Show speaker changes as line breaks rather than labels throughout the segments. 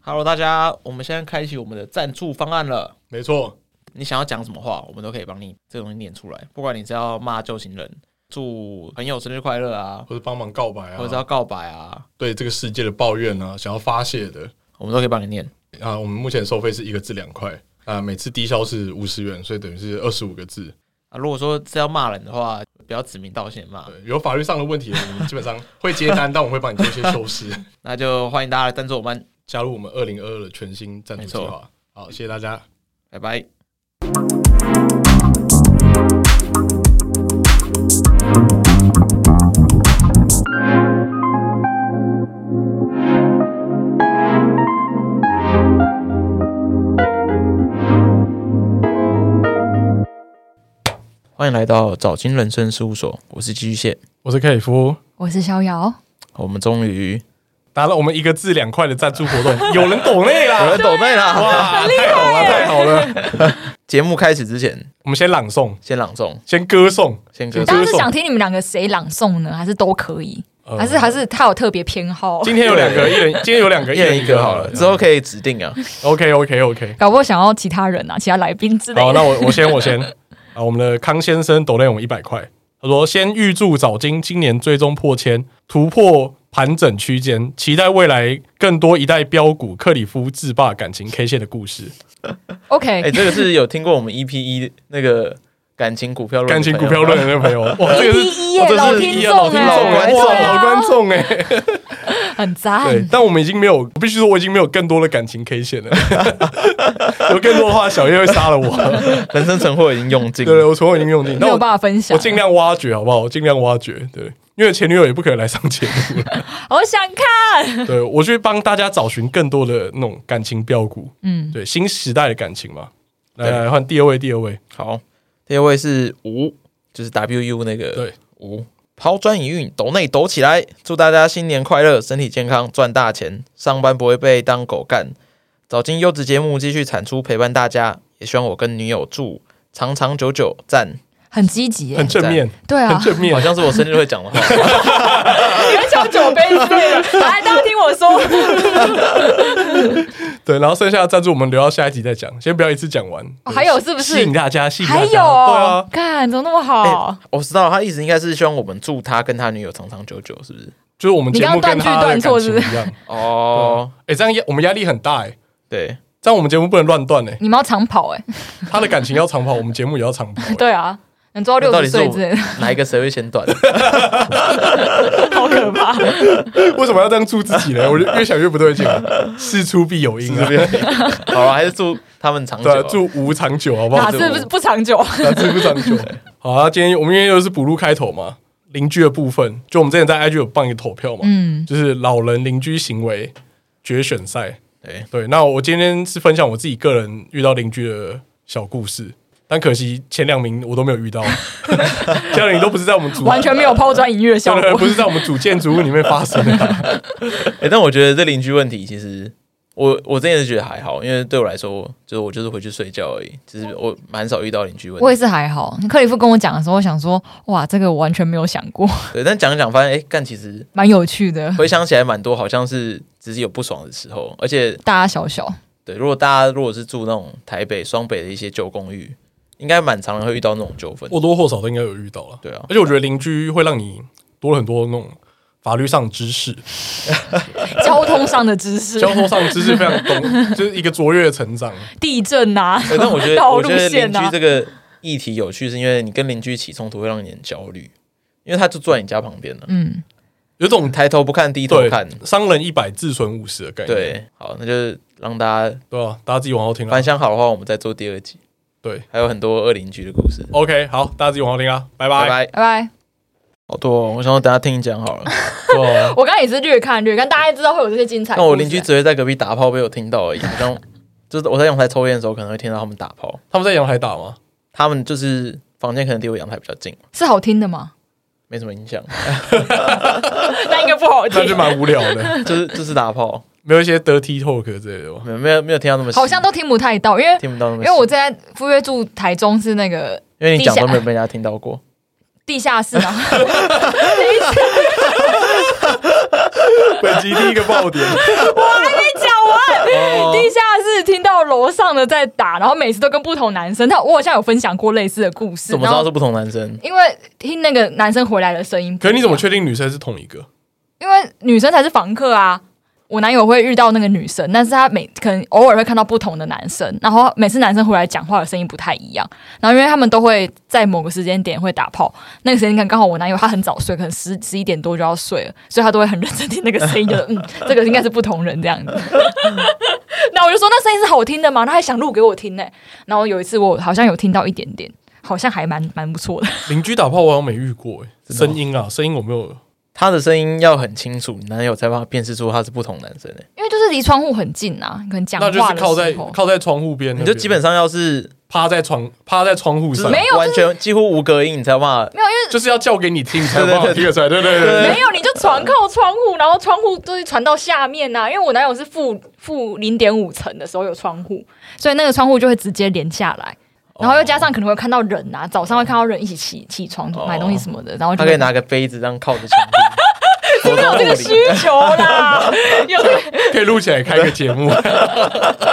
Hello，大家，我们现在开启我们的赞助方案了。
没错，
你想要讲什么话，我们都可以帮你这个东西念出来。不管你是要骂旧情人、祝朋友生日快乐啊，
或者帮忙告白啊，
或者是要告白啊，
对这个世界的抱怨啊，想要发泄的
我们都可以帮你念。
啊，我们目前收费是一个字两块啊，每次低消是五十元，所以等于是二十五个字。
啊，如果说是要骂人的话，不要指名道姓骂。
对，有法律上的问题，我们基本上会接单，但我们会帮你做一些 修饰。
那就欢迎大家来赞助我们，
加入我们二零二二的全新赞助计
没
划
错。
好，谢谢大家。
拜拜。欢迎来到早金人生事务所，我是寄居蟹。
我是凯夫，
我是逍遥，
我们终于
达了我们一个字两块的赞助 活动，有人懂内啦，
有人懂内了。
哇，太好了，太好了！
节目开始之前，
我们先朗诵，
先朗诵，
先歌颂，
先歌
大
颂。
家是想听你们两个谁朗诵呢？还是都可以？
呃
还是还是他有特别偏好？
今天有两个，一 人今天有两个，
一人一
个
个好了，之后可以指定啊。
OK，OK，OK。
搞不好想要其他人啊，其他来宾之类
好，
的。
那我我先我先啊，我们的康先生抖内我们一百块，他说先预祝早金今年最终破千，突破盘整区间，期待未来更多一代标股克里夫制霸感情 K 线的故事。
哎、
OK，
这个是有听过我们 EP 一那个感情股票论的
感情股票论的那个朋友， 哇，这个是
EP1 耶
哇这
老
是
听
一啊
众
老听
哎
众哎，
老
哇，
观众
老观众哎，
很
对
赞，，
但我们已经没有，我必须说我已经没有更多的感情 K 线了， 有更多的话，小叶会杀了我。
朋友，人生存货已经用尽
对对，
了。
我从我已经用尽，
没
但
有
我
办法分享
我。尽量挖掘，好不好？我尽量挖掘，对，因为前女友也不可能来上节目了。
好想看，
对我去帮大家找寻更多的那种感情标股，
嗯，
对新时代的感情嘛。来
对
来换第二位，第二位，
好，第二位是吴，就是 WU 那个
对
吴，抛砖引玉，抖内抖起来，祝大家新年快乐，身体健康，赚大钱，上班不会被当狗干。早进优质节目继续产出，陪伴大家，也希望我跟女友住长长久久， 赞。
很积极耶
很，正面，
对啊
很，正
好
面。
像是我生日会讲的话。
很想酒杯之类的。来，大家听我说，
对，然后剩下的赞助我们留到下一集再讲，先不要一次讲完。
哦
对
还有是不是
吸引大家？吸引大家
还有
对啊
哦，，看怎么那么
哎
好？
我知道他意思应该是希望我们祝他跟他女友长长久久，是不是？
就是我们节目
你刚
跟
刚
他的感
断句断错
情
是不是
一样。
哦，
哎，这样压我们压力很大哎，
对，
这样我们节目不能乱断哎。
你们要长跑哎，
他的感情要长跑，我们节目也要长跑。
对啊，能做到
那到
六
底是
十岁
我
之类的，
哪一个谁会先 断？
好可怕。
为什么要这样祝自己呢？我就越想越不对劲了，事出必有因啊。
好啊了，还是祝他们长久
对、啊，
啊。
祝无长久，好不好
哪？是不是不长久？
哪次不长久？ 好啊，今天我们因为又是补录开头嘛，邻居的部分，就我们之前在 IG 有办一个投票嘛，
嗯，
就是老人邻居行为决选赛。
对
对，那我今天是分享我自己个人遇到邻居的小故事，但可惜前两名我都没有遇 到，家人都不是在我们组，
完全没有抛砖引玉的效
对对
果
不。 是在我们主建筑物里面发生的、
哎、但我觉得这邻居问题，其实我我之前是觉得还好，因为对我来说，就是我就是回去睡觉而已。其实我蛮少遇到邻居问
我
题，
也是还好。克里夫跟我讲的时候，我想说，哇，这个我完全没有想过，
对。但讲一讲发现，哎、干其实
蛮有趣的，
回想起来蛮多，好像是只是有不爽的时候，而且
大大小小。
对，如果大家如果是住那种台北、双北的一些旧公寓，应该蛮常会遇到那种纠纷。
或多或少都应该有遇到了。
对啊，
而且我觉得邻居会让你多了很多那种法律上的知识，
交通上的知识，
交通上的知识非常 懂，就是一个卓越的成长。
地震啊，
对，欸但我觉得，
道
我
路
觉得邻
线
居
啊
这，个议题有趣，是因为你跟邻居起冲突会让你很焦虑，因为他就住在你家旁边啊了，
嗯，
有种
抬头不看低头
对
看。
商人一百自损五十的概念，
对，好，那就让大家
对吧？大家自己往后听啊
反。响好的话，我们再做第二集。
对
还有很多二邻居的故事。
OK，好，大家自己往后听啊，拜
拜
拜。
拜，
拜拜。
好多、哦，我想说等下听你讲好了。
哇
我刚刚也是略看略看，大家知道会有这些精彩故
那
事。
我邻居只会在隔壁打炮被我听到而已，好像 就是我在阳台抽烟的时候，可能会听到他们打炮。
他们在阳台打吗？
他们就是房间可能离我阳台比较近，
是好听的吗？
没什么影响，
那应该不好
那就
听，
蛮无聊 的，
就是就是打炮，
没有一些 dirty talk 之类的吗？
没有没有没有听到那么细，
好像都听不太到，因为
听不到那么
因
细，
为我在赴约住台中是那个
因为你讲
地下
都没有被人家听到 过。
地下室啊，
本集第一个爆点，
还没讲完，楼上的在打，然后每次都跟不同男生。他我好像有分享过类似的故事，
怎么知
然
道
后
是不同男生？
因为听那个男生回来的声音 不
可
一样，
是你怎么确定女生是同一个？
因为女生才是房客啊。我男友会遇到那个女生，但是他每可能偶尔会看到不同的男生，然后每次男生回来讲话的声音不太一样，然后因为他们都会在某个时间点会打炮，那个时间点刚好我男友他很早睡，可能十十一点多就要睡了，所以他都会很认真听那个声音， 觉得嗯，这个应该是不同人这样子。 那我就说那声音是好听的嘛，他还想录给我听呢、然后有一次我好像有听到一点点，好像还蛮蛮不错的，
邻居打炮我好像没遇过、欸，
真的吗
声音啊，声音我没有。
他的声音要很清楚，你男友才帮他辨识出他是不同男生、欸。
因为就是离窗户很近啊，可能讲话
那
的时
就
候
是靠在靠在窗户边那边，
你就基本上要是
趴在窗趴在窗户
就是
上，
没有
完全几乎无隔音，你才有办法。
就是要叫给你听，你才有办法听得出来，对对对对
对
对。
没有，你就传靠窗户，然后窗户就是传到下面呐、啊因为我男友是负负零点五层的时候有窗户，所以那个窗户就会直接连下来。然后又加上可能会看到人啊，早上会看到人一起起起床
哦
买东西什么的，然后就
他可以拿个杯子这样靠着墙 壁，没
有这个需求啦。 有这个
可以录起来开个节目。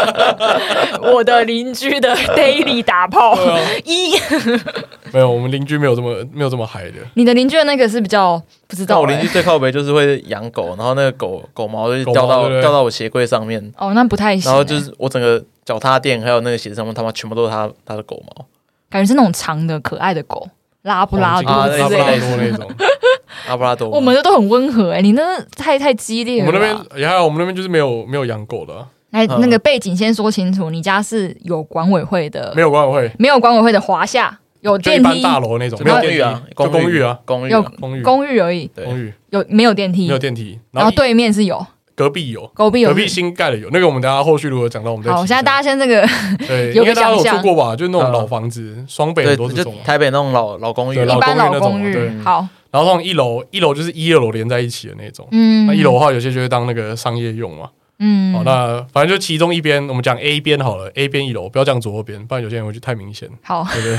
我的邻居的 daily 打炮
对啊
一，
没有，我们邻居没有这么没有这么嗨的。
你的邻居的那个是比较不知
但
道、
哦我邻居
欸、
最靠北就是会养狗，然后那个狗狗毛就
狗毛
掉到
对不对
掉到我鞋柜上面，
哦，那不太行欸、
然后就是我整个脚踏垫还有那个鞋子上面他妈全部都是他他的狗毛。
感觉是那种长的可爱的狗，拉布拉
啊
多之
对
拉布
类
拉
的。
多那种。
阿布拉多，
我们的都很温和哎、欸你那太太激烈
哦我
了
们
吧。
那边也还好，我们那边就是没有没有养狗的啊，
来，
嗯
那个背景先说清楚，你家是有管委会的，
没有管委会，
没有管委会的华夏，有
就一
电
般
梯，
大楼那种，
就
没有
公
电
寓啊
梯，，就公寓啊，，
公寓
有
啊
公寓
公寓而已，
对
公寓
有没有电
没
梯
有？电梯，
然
然
后
后
对面是有，
隔壁有。
隔壁有
隔。壁新盖的有那个，我们等下后续如果讲到，我们再提一下。
好，现在大家先这个，
家对，
有
应该
个
大家有住
想象
过吧？就那种
嗯
老房子，双北
对，
很多这
就
种啊。
台北那种老老公寓
对
啊，
老
一
公寓
般老
那种
公
对哦
寓。
嗯
好，
然后通常一楼一楼就是一二楼连在一起的那种。
嗯，
啊那一楼的话，有些就会当那个商业用嘛。
嗯，
好，那反正就其中一边，我们讲 A 边好了，A 边一楼，不要讲左右边，不然有些人会去太明显，
好，
对不对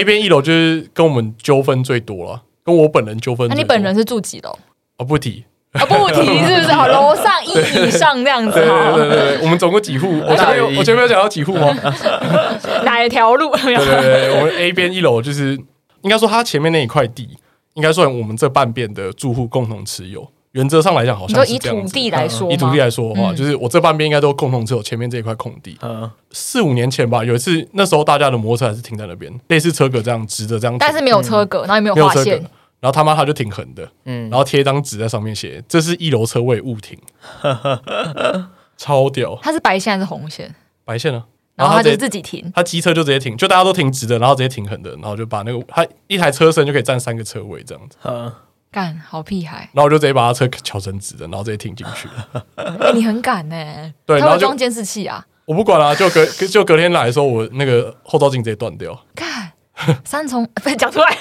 ？A 边一楼就是跟我们纠纷最多了，跟我本人纠纷
那
最多。
你本人是住几 楼？
哦不提，
啊，不提是不是？好，楼上一以上这样
对
子，
对对
好，
对对，我们总共几户？我前
大
面
于
有
一
我前面有讲到几户吗？
哪一条路？
对对对对，我们 A 边一楼就是应该说它前面那一块地，应该算我们这半边的住户共同持有。原则上来讲，好
你说
像
以
是这样
土
子。
地来说吗，
以土地来说的话，
嗯
就是我这半边应该都共同持有前面这一块空地。
嗯，
四五年前吧，有一次那时候大家的摩托车还是停在那边，类似车格这样直的这样停，
但是没有车格，然后也没有
嗯没有
划
车格
线，。
然后他妈他就挺横的，
嗯
然后贴一张纸在上面写：“这是一楼车位，勿停。”超屌，
它是白线还是红线？
白线啊！
然后
他
他就
直接
自己停，
他机车就直接停，就大家都停直的，然后直接停横的，然后就把那个他一台车身就可以占三个车位这样子，
嗯，
干，好屁孩。
然后我就直接把他车调成直的，然后直接停进去。
哎、你很敢呢、
对
他
然
会
后就
装监视器啊，
我不管了、就隔就隔天来的时候，我那个后照镜直接断掉。
看三重被讲出来，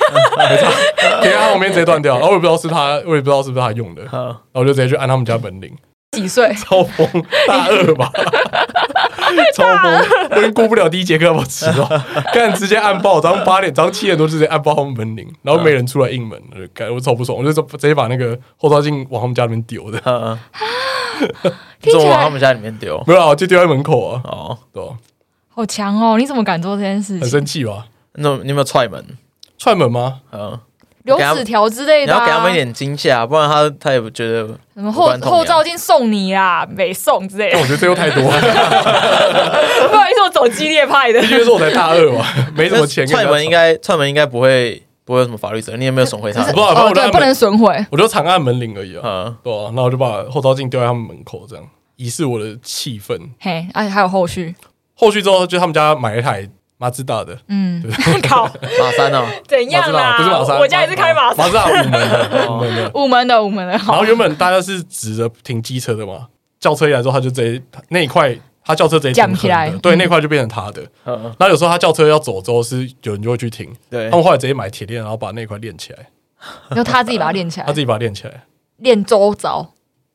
贴在他旁边直接断掉，然后我也不知道是他，我也不知道是不是他用的，然
好，
后我就直接去按他们家门铃，
几岁？
超疯，大二吧，超疯，我已经过不了第一节课，要不要迟到？干直接按爆，早上八点，早上七点多就直接按爆他们门铃，然后没人出来应门，我就干我超不爽，我就直接把那个后照镜往他们家里面丢的，
嗯，
听
怎
起
么往他
来
们家里面丢？
没有啊，我就丢在门口啊，
哦，
对吧？
好强哦！你怎么敢做这件事
很
情
生？气吧？
那你有没有踹门？
踹门吗？
嗯，
留纸条之类
你
的、
要
啊，
给他们一点惊吓，不然他他也不觉得
什么
无
后
关痛痒
后照镜送你啦，没送之类
但
的
我。觉得这又太多了，
不好意思，我走激烈派 的
毕。竟说我才大二嘛， 没什么钱跟人
踹
家
门应该踹门应该不会不会有什么法律责任，你有没有损毁他
吵，？不知道，反正
哦，
我就
对，
按
不
门
能损毁。
我就长按门铃而已啊。
嗯，
对啊，然后我就把后照镜丢在他们门口，这样以示我的气愤。
嘿，而且还有后续，
后续之后，就他们家买了一台马自达的，
嗯，
靠，
马三哦，
怎
马啊
样
自
啦？
达不是马三，
我家也是开马
马
三，
自达 五门的，五门的。
五门的，五门 的。
然
好
后，原本大家是直着停机车的嘛，轿车一来之后，他就直接那一块，他轿车直接停
降起来
横的对，
嗯
那块就变成他的。
嗯，
然后有时候他轿车要走之后，是有人就会去停，
对
他，们后来直接买铁链，然后把那块链起来，
就他自己把它练 起来
他自，己把它链起来，
练周遭。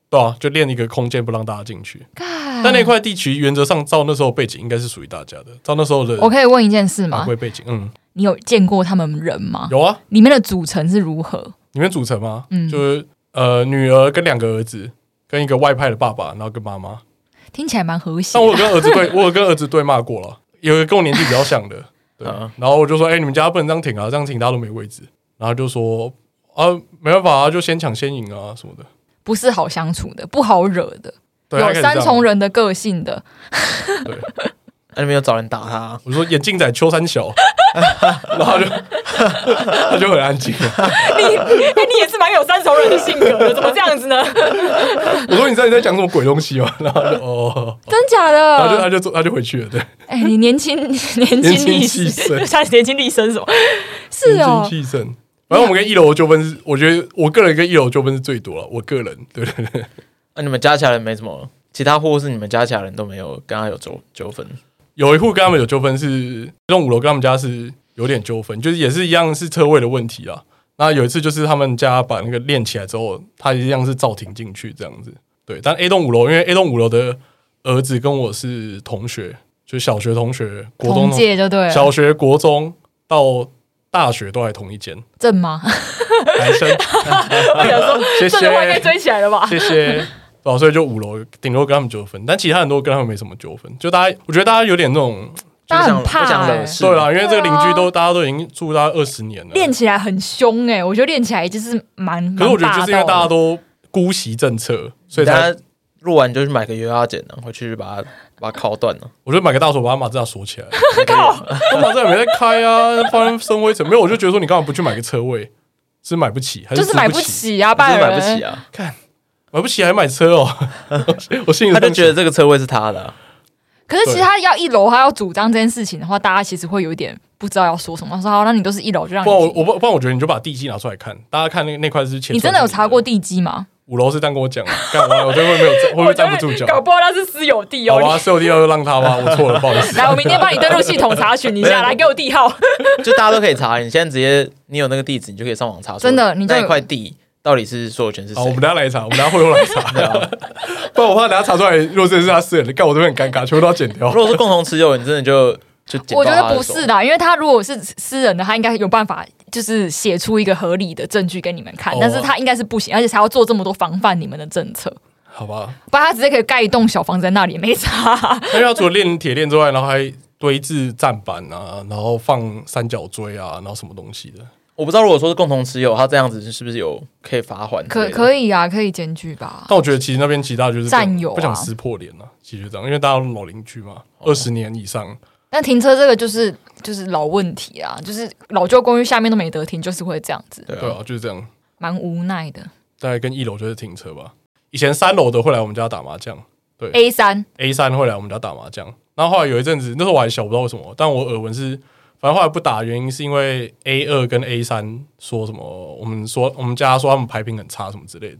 对啊，就链一个空间不让大家进去。但
但
那块地区原则上照那时候背景应该是属于大家的，照那时候的
我可以问一件事
法
吗？
规背景，嗯，
你有见过他们人吗？
有啊，
里面的组成是如何？
里面组成吗？
嗯
就是呃，女儿跟两个儿子，跟一个外派的爸爸，然后跟妈妈，
听起来蛮和谐
但。我有跟儿子对，我有跟儿子对骂过了，有一个跟我年纪比较像的，对
嗯，
然后我就说，哎、你们家不能这样停啊，这样停大家都没位置，然后他就说，啊，没办法啊，就先抢先赢啊什么的，
不是好相处的，不好惹的，
对，他
有
可以
三
这样
重，人的个性的，
对，
那你没有找人打他啊、
我说眼镜仔秋山小， 然后他就他就很安静了，
你、哎你也是蛮有三重人的性 格的，怎么这样子呢？
我说你知道你在讲什么鬼东西吗？然后他就哦，
真假
然后就他
的？
就走他就回去了，对，
哎、你年轻年
年轻
轻力
气盛
盛，像年轻力盛什么？是
年
哦
轻，气盛。反正我们跟一楼的纠纷是，我觉得我个人跟一楼的纠纷是最多了。我个人，对对对，
那啊你们家其他人没什么，其他户是你们家其他人都没有跟他有纠纠纷。
有一户跟他们有纠纷是，那栋五楼跟他们家是有点纠纷，就是也是一样是车位的问题啊。那有一次就是他们家把那个练起来之后，他一样是照停进去这样子。对，但 A 栋五楼因为 A 栋五楼的儿子跟我是同学，就小学同学、国中
同
同
届就对了，
小学、国中到大学都还同一间，
正吗？
男生。
我想说，
谢
这的话应该
谢
追起来了吧？
谢谢。哦，所以就五楼顶多跟他们纠纷，但其他很多跟他们没什么纠纷。就大家，我觉得大家有点那种
就
大家
想
很怕
不想
欸
惹事。
对啦，因为这个邻居
对
都
啊
大家都已经住大概二十年了，
练起来很凶哎、我觉得练起来就是蛮，
可是我觉得
蛮
就是因为
霸
大家
道的
都
哦
姑息政策，所以才
大家录完就去买个油压剪啊，回去把它把它烤断了。
我就买个大锁把马自达锁起来。 靠，马自达也没在开啊，发生生灰尘没有，我就觉得说你干嘛不去买个车位？是买不起还
就是是
吃
买
不
不
起？
起啊，
不
拜
是
仁
买不起啊，
买不起还买车哦？ 我心里
他就觉
得
得这个车位是他的啊、
可是其实他要一楼，他要主张这件事情的话，大家其实会有一点不知道要说什么。他说好，那你都是一楼，就让
不然我我
你。
不不然我觉得你就把地基拿出来看，大家看那那块是前。
你真的有查过地基吗？
五楼是这样跟我讲的，干嘛？我这会没有站 会不会站不住脚？
搞不好他是私有地
好
哦。
吧，所有地方都让他吧，我错了，不好意
你
思。
来，我明天帮你登录系统 查询一
没有
下，来给我地号。
就大家都可以查。你现在直接你有那个地址，你就可以上网查出。
真的你就
那一块地到底是所有权是
哦好，我
谁
们？等一下来查，我们等一下会后来查。
对啊，
不然我怕等一下查出来，如果真的是他私人的，干我这边很尴尬，全部都要剪掉
如。果是共同持有，你真的就就剪到
我觉
他
得
的
不
手
是，的，因为他如果是私人的，他应该有办法，就是写出一个合理的证据给你们看
哦。
但是他应该是不行，而且才要做这么多防范你们的政策。
好吧，
不然他直接可以盖一栋小房子在那里，也没 差。
因为他除了练铁链之外，然后还堆置站板啊，然后放三角锥啊，然后什么东西的。
我不知道如果说是共同持有，他这样子是不是有可以罚款？
可可。以啊，可以检举吧。
但我觉得其实那边其实大家就是不想
战友啊
不想撕破脸啊，其实就这样，因为大家都老邻居嘛，
哦
二十年以上。
但停车这个就是就是老问题啊，就是老旧公寓下面都没得停，就是会这样子，
对
对
啊，
啊，就是这样。
蛮无奈的。
大概跟一楼就是停车吧。以前三楼的会来我们家打麻将。
A 三
A 三会来我们家打麻将，然后后来有一阵子，那时候我还小，不知道为什么，但我耳闻是，反正后来不打的原因是因为 A 二跟 A 三说什么，我们说我们家说他们排品很差什么之类的，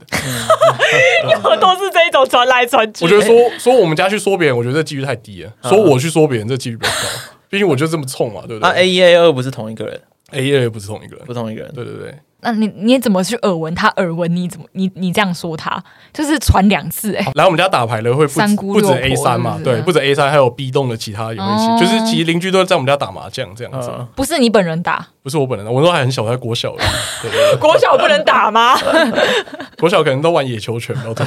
都是这一种传来传去
我觉得说说我们家去说别人，我觉得这几率太低了，
嗯
说我去说别人，这几率比较高，毕竟我就这么冲嘛，对不
啊
对
，A 一 A 二不是同一个人，
？A 二也不是同一个人，
不同一个人。
对对对，
那你你怎么去耳闻他耳闻？你怎么你你这样说他，就是传两次哎、
来我们家打牌的会不止
三姑
不止
六婆
A 三嘛，
是不是
对，不止 A 三，还有 B 栋的其他也会一起，
哦
就是其实邻居都在我们家打麻将这样子，
嗯，
不是你本人打，
不是我本人，啊我那时候还很小，我在国小了，对对对。
国小不能打吗？
国小可能都玩野球拳比较多，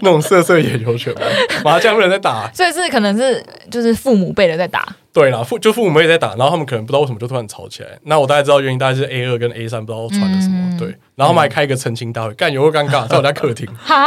那种色色野球拳吧，麻将不能再打。
所以是可能是就是父母辈的在打，
对啦，父就父母们也在打，然后他们可能不知道为什么就突然吵起来。那我大概知道原因，大概是 A 二跟 A 三不知道传了什么。对，然后他们还开一个澄清大会，干有够尴尬，在我家客厅，
哈，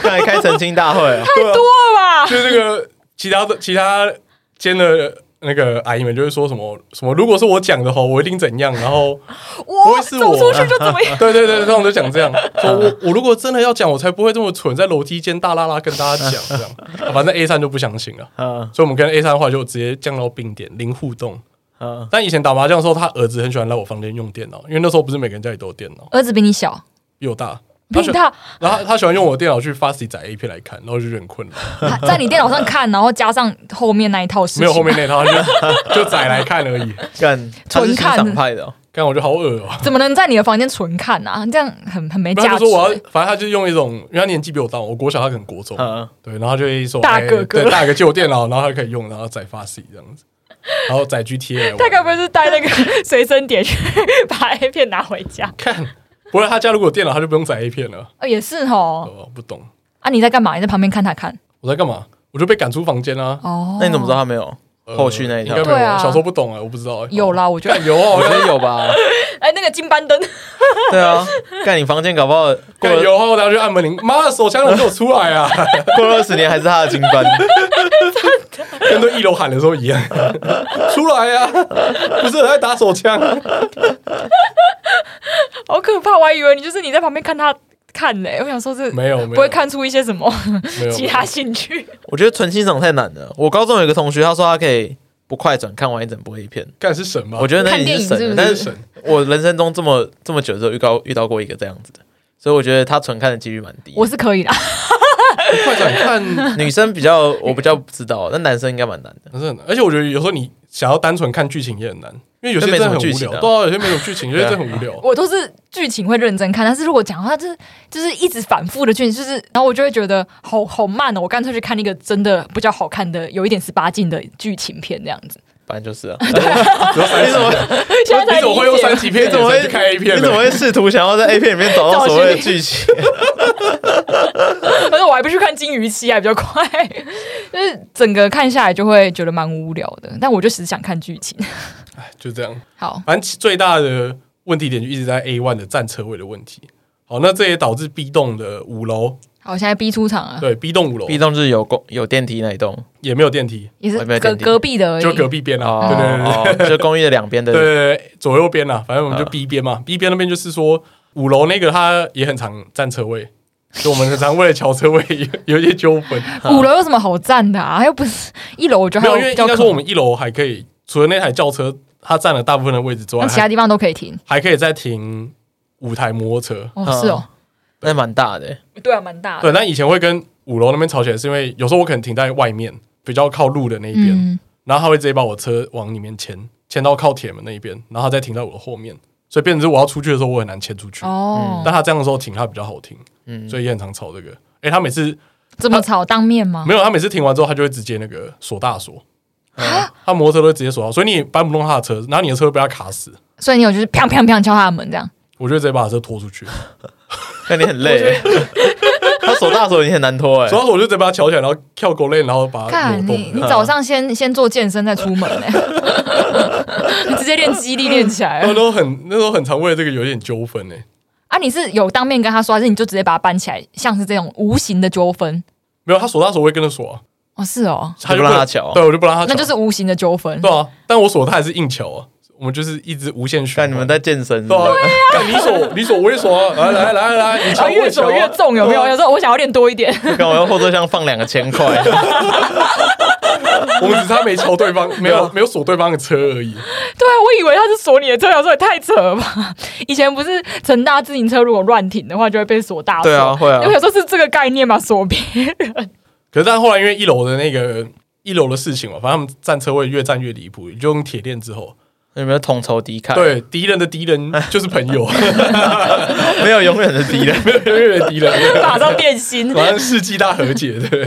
看来开澄清大会 啊，
对啊，
错吧？
就是那个其他的其他间的。那个阿姨们就会说什么什么，如果是我讲的话，我一定怎样。然后，不
我
会是我啊
走出去就怎 么样？
对对对，他们就讲这样，说我我如果真的要讲，我才不会这么蠢，在楼梯间大啦啦跟大家讲这样。啊反正 A 三就不相信了。
嗯
所以我们跟 A 三话就直接降到冰点，零互动。
啊
嗯，
但以前打麻将的时候，他儿子很喜欢来我房间用电脑，因为那时候不是每个人家里都有电脑，
儿子比你小，
比我大。
比
喜
你大，
然后他他喜欢用我的电脑去 Fast 载 A 片来看，然后就有点困 了，
他在你电脑上看，然后加上后面那一套事情，
没有后面那套，他就就载来看而 已。
干，他是
纯
欣
看
赏派的哦，
看我就好恶哦、
怎么能在你的房间纯看啊？这样很很没
不然
价
他
值欸
就。说我要，反正他就用一种，因为他年纪比我大，我国小他可能国中，
嗯，
对，然后他就会说
大
哎
哥哥
对大哥借我电脑，然后他可以用，然后载 Fast 这样子，然后载 GTA 来玩。
他该不会是带 那个随身碟去把 A 片拿回家？
看，不然他家如果有电脑，他就不用载 A 片了。
哦，也是哦。
哦，不懂。
啊，你在干嘛？你在旁边看他看，
我在干嘛？我就被赶出房间啦、
哦，
那你怎么知道他没有？
呃
后续那一条
应该没
对
有，
啊
小时候不懂哎、我不知道、欸。
有啦，我觉得
干有
我
哦，
觉得有吧。
哎，那个金斑灯，
对啊，干你房间搞不好过
干
了
有哦，我等下去按门铃，妈的手枪怎么给我出来啊？
过了二十年还是他的金砖。
跟对一楼喊的时候一样， 出来呀、不是很爱打手枪，
好可怕！我还以为你就是你在旁边看他看呢、我想说这
没有没有，
不会看出一些什么
没有，
其他兴 趣。
我觉得纯欣赏太难了。我高中有一个同学，他说他可以不快转看完一整部 A 片，
干是神吗？
我觉得那已
看
经
电
是
影
神了。
是不
但
是
是
神，
我人生中这么这么久之后遇到遇到过一个这样子的，所以我觉得他纯看的几率蛮低。
我是可以的，
快 转看，
女生比较我比较不知道，但男生应该蛮难的。
不是很，而且我觉得有时候你想要单纯看剧情也很难，因为有些真的很
就没什么剧
无
情
聊，
啊
对啊，有些没有剧情，有些真的很无 聊。
我都是剧情会认真看，但是如果讲话就是就是一直反复的剧情，就是然后我就会觉得好好慢哦，我干脆去看一个真的比较好看的，有一点十八禁的剧情片这样子。
反正就是啊， 你怎么
现在才
你怎么会用
理解
三级片？
你怎么
去
会
看 A 片
你
呢
怎么？会试图想要在 A 片里面找到所谓的剧 情？
而且我还不去看金鱼期，还比较快。 就是整个看下来就会觉得蛮无聊的，但我就只想看剧情。
就这样，
好，
反正最大的问题点就一直在 A one 的占车位的问题。好，那这也导致 B 栋的五楼，
好，现在 B 出场了，
对 B 栋五楼
B 栋就是有公有电梯那一栋，
也没有电梯，
也
我
是
也没有
隔
点进
隔壁的而已，
就隔壁边啊，对对对对
哦，哦就公寓的两边的
对对对，左右边啦，反正我们就
啊
B 边嘛、b 边那边就是说五楼那个它也很常占车位，就我们很常为了抢车位有有一些纠纷。
五楼有什么好站的啊？又不是一楼，我觉得
没有，
还
因为
比较
应该
可
说我们一楼还可以，除了那台轿车它占了大部分的位置之外，
那其他
还
地方都可以停。
还可以再停五台摩托车。
哦
嗯，
是哦，
那蛮大的。
对啊，蛮大
对，那以前会跟五楼那边吵起来，是因为有时候我可能停在外面，比较靠路的那一边，
嗯，
然后他会直接把我车往里面牵，牵到靠铁门那一边，然后他再停在我的后面，所以变成是我要出去的时候，我很难牵出去。
哦，
嗯但他这样的时候停，他比较好停，
嗯，
所以也很常吵这个。哎、他每次
这么吵，当面吗？
没有，他每次停完之后，他就会直接那个锁大锁，
啊
嗯
他摩托车都会直接锁到，所以你也搬不动他的车，然后你的车会被他卡死，
所以你有就是砰砰砰敲他的门这样，
我就直接把他车拖出去，
那你很累。 他手大手你很难拖哎
锁，到锁我就直接把他撬起来，然后跳狗链，然后把他
看
挪
你
啊动。
你早上先先做健身再出门呢， 你直接练肌力练起来
那时候很那时候很常为了这个有点纠纷欸呢。
啊！你是有当面跟他说，还是你就直接把他搬起来，像是这种无形的纠纷？
没有，他锁大锁我会跟着锁、啊，
哦，是哦，
他
你
就
不让
能
他撬
对我就不让他撬，
那就是无形的纠纷。
对啊，但我锁他还是硬撬啊，我们就是一直无限循
看你
环。
们在健身是不
对
是，
啊，干你锁你锁我也锁啊，来来来来，你
然
撬
后
我
哦越
也撬
走
啊，
越重，有没有？
对啊
有时候我想要练多一点，
看我用后车厢放两个千块，
我们只差没敲 对方，没
啊
有没有锁对方的车而已。
对啊，我以为他是锁你的车，有时候也太扯了吧！ 以前不是成大自行车如果乱停的话，就会被锁大 锁。
对啊，，会啊
我，想说是这个概念嘛，锁别
可是但后来因为一楼的那个一楼的事情嘛，反正他们占车位越占越离谱，就用铁链之后，
有没有同仇敌忾？，
对敌人的敌人就是朋 友，
没有永远的敌人。
没有永远的敌人，
马上变心，
反正世纪大和解，对，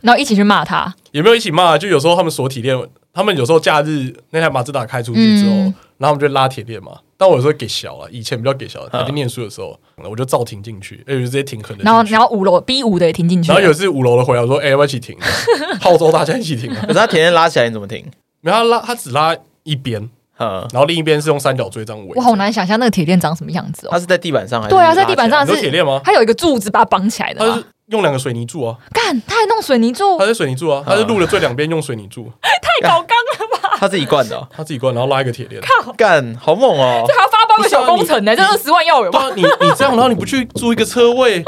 然后一起去骂他。
也没有一起骂，就有时候他们锁铁链，他们有时候假日那台马自达开出去之后，
嗯
然后他们就拉铁链嘛。但我有时候给小啊，以前比较给小，还在念书的时候，我就照停进去，哎，我就直接停横的进去。
然后，然后五楼 B 五的也停进去
然
了，
后有一次五楼的回来，我说：“哎、要不要一起停？” 号召大家一起停啊！
可是他铁链拉起来，你怎么停？
没有他拉，他只拉一边，
嗯，
然后另一边是用三角锥这样围。
我好。难想象那个铁链长什么样子哦
他。是在地板上还是？
对啊，在地板上
你说
是
铁链吗
它有一个柱子把它绑起来的
啊他
嘛
是。用两个水泥柱啊，
干，他还弄水泥柱
他，是水泥柱啊，他是路的最两边用水泥柱，
太搞纲了吧！
他自己灌的哦，
他自己关，然后拉一个铁链。
干，好猛哦
这！还要发包个小工程
不是
呢，这
啊
二
你
十万要有
对
吧？
啊，你你这样，然后你不去租一个车 位，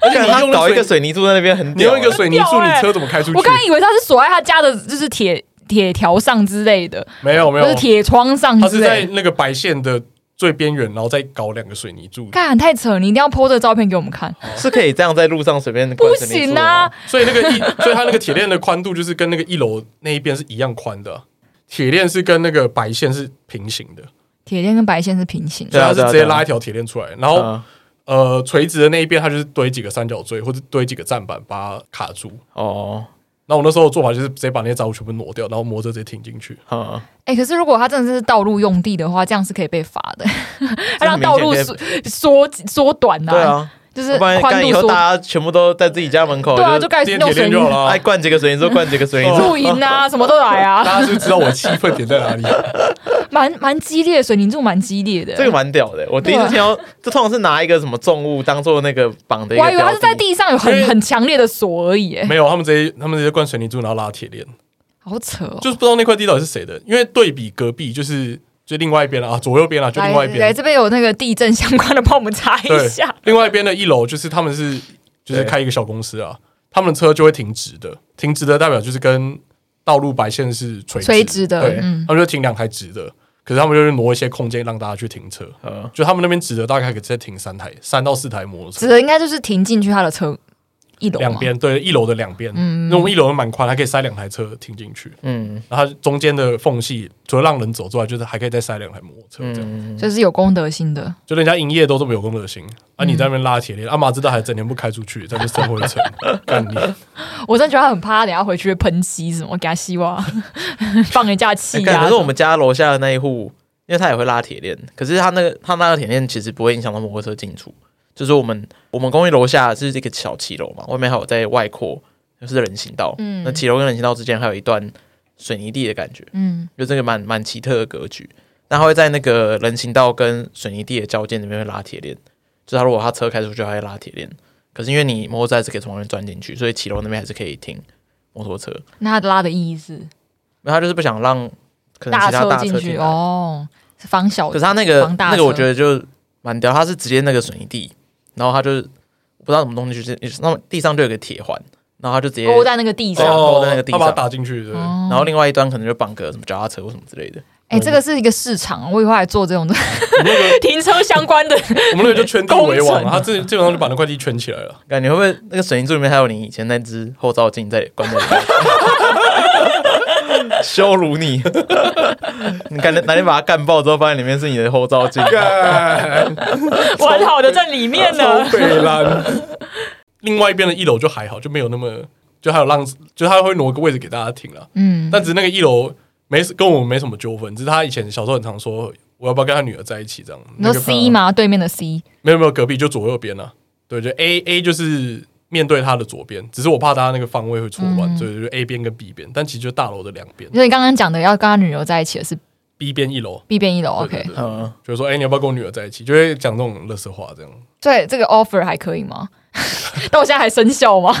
而且
干
你
他
用
搞一个
水，
水泥柱在那边很
你
屌
用
欸，
一个水泥柱，
很屌
你
欸
车怎么开出去
我？刚刚以为他是锁在他家的，就是铁铁条上之类的，
没有没
或
有
是，铁窗上
他
之
是
类
在
的。
那个白线的最边缘，然后再搞两个水泥柱，
干，太扯！你一定要 po 这照片给我们看。
是可以这样在路上随便灌
不
水泥柱哦
行
的吗
啊！，
所以那个一， 所以它那个铁链的宽度就是跟那个一楼那一边是一样宽的，铁链是跟那个白线是平行的，
铁链跟白线是平行的。
所
对
以
啊
它是
对啊
直
对
接
啊
拉一条铁链出来，然后
嗯
呃，垂直的那一边，它就是堆几个三角锥或者堆几个站板把它卡住。
哦，
那我那时候的做法就是直接把那些杂物全部挪掉，然后摩托车直接停进 去。
嗯，
哎、可是如果他真的是道路用地的话，这样是可以被罚的，他让
明显
道路
可以
缩缩缩短呐、
对啊，
就是
不然
宽
干
度
以后
缩，
大家全部都在自己家门口，
对啊，
就
就嗯盖
电
用
铁链
水
就
泥
好了啊
爱。灌几个水泥柱，灌几个水泥柱，
露营啊，什么都来 啊，
大家是不是知道我气愤点在 哪里，
蛮蛮激烈，水泥柱蛮激烈的。
这个蛮屌的。我
啊
第一次听到，这通常是拿一个什么重物当做那个绑的一
我
个
还以为
标
它
的，
是在地上有
因为
很很强烈的锁而已，哎，
没有，他们直接他们直接灌水泥柱，然后拉铁链，
好扯哦。
就是不知道那块地到底是谁的，因为对比隔壁就是就另外一边了啊，左右边了就另外一
来
边，
这边有那个地震相关的，帮我们查一
对
下。，
另外一边的一楼就是他们是就
对
是开一个小公司啊，他们的车就会停直的，停直的代表就是跟道路白线是垂
垂直的
对，
嗯
他们就停两台直的，可是他们就是挪一些空间让大家去停车，
呃，
就他们那边直的大概可以再停三台三到四台摩托车
指，的应该就是停进去他的车一楼嘛啊
两，边对一楼的两边，
嗯
那我们一楼蛮宽，还可以塞两台车停进去，
嗯
然后它中间的缝隙除了让人走之外，就是还可以再塞两台摩托车，这样、
嗯，
就是有公德心的。
就人家营业都这么有公德心，
嗯
啊，你在那边拉铁链，阿马自道还整天不开出去，在那边生灰 尘，干你！
我真的觉得他很怕，他等一下回去会喷漆什么，给他希望 放人家气
哎干
啊。
可是我们家楼下的那一户，因为他也会拉铁链，可是他那个他那个铁链其实不会影响到摩托车进出，就是我们我们公寓楼下是这个小骑楼嘛，外面还有在外扩，就是人行道，
嗯
那骑楼跟人行道之间还有一段水泥地的感觉，
嗯，
就这个蛮蛮奇特的格局。那他会在那个人行道跟水泥地的交界那边会拉铁链，就是他如果他车开出去，他会拉铁链。可是因为你摩托车还是可以从旁边钻进去，所以骑楼那边还是可以停摩托车。
那他拉的意义是
那他就是不想让可能其他
车
大
进
车
去
进来。
哦，是防小
可是他那个
防大
那个我
车
觉得就蛮屌，他是直接那个水泥地，然后他就是不知道什么东西，就是那么地上就有个铁环，然后他就直接，
勾在那个地上。
哦在那个地
他把它
上
打进去，对，
哦
然后另外一端可能就绑个什么脚踏车或什么之类的。
哎、这个是一个市场，我以后来做这种的
我们那个
停车相关的。
我们那个就圈地为
工
王
程
啊，他这基本上就把那块地圈起来了。
感觉会不会那个水银柱里面还有你以前那只后照镜在关在里面 羞辱你？ 你看哪天把它干爆之后，发现里面是你的后照镜，
干，
完好的在里面
超。北蓝。另外一边的一楼就还好，就没有那么，就还有让，就他会挪个位置给大家停了。
嗯，
但只是那个一楼没跟我们没什么纠纷，只是他以前小时候很常说我要不要跟他女儿在一起这样。
你说
那就怕
C？吗？
嗯
对面的 C，
没有没有，隔壁就左右边啊。对，就 A A 就是面对他的左边，只是我怕他那个方位会错
嗯
乱，所以就 A 边跟 B 边，但其实就大楼的两边
就是你刚刚讲的要跟他女友在一起的是
，B 边一楼。
B 变一楼。
对
OK，
对对
嗯，
就是说，哎、你要不要跟我女儿在一起？就会讲这种乐色话，这样
对这个 offer 还可以吗？ 但我现在还生效吗？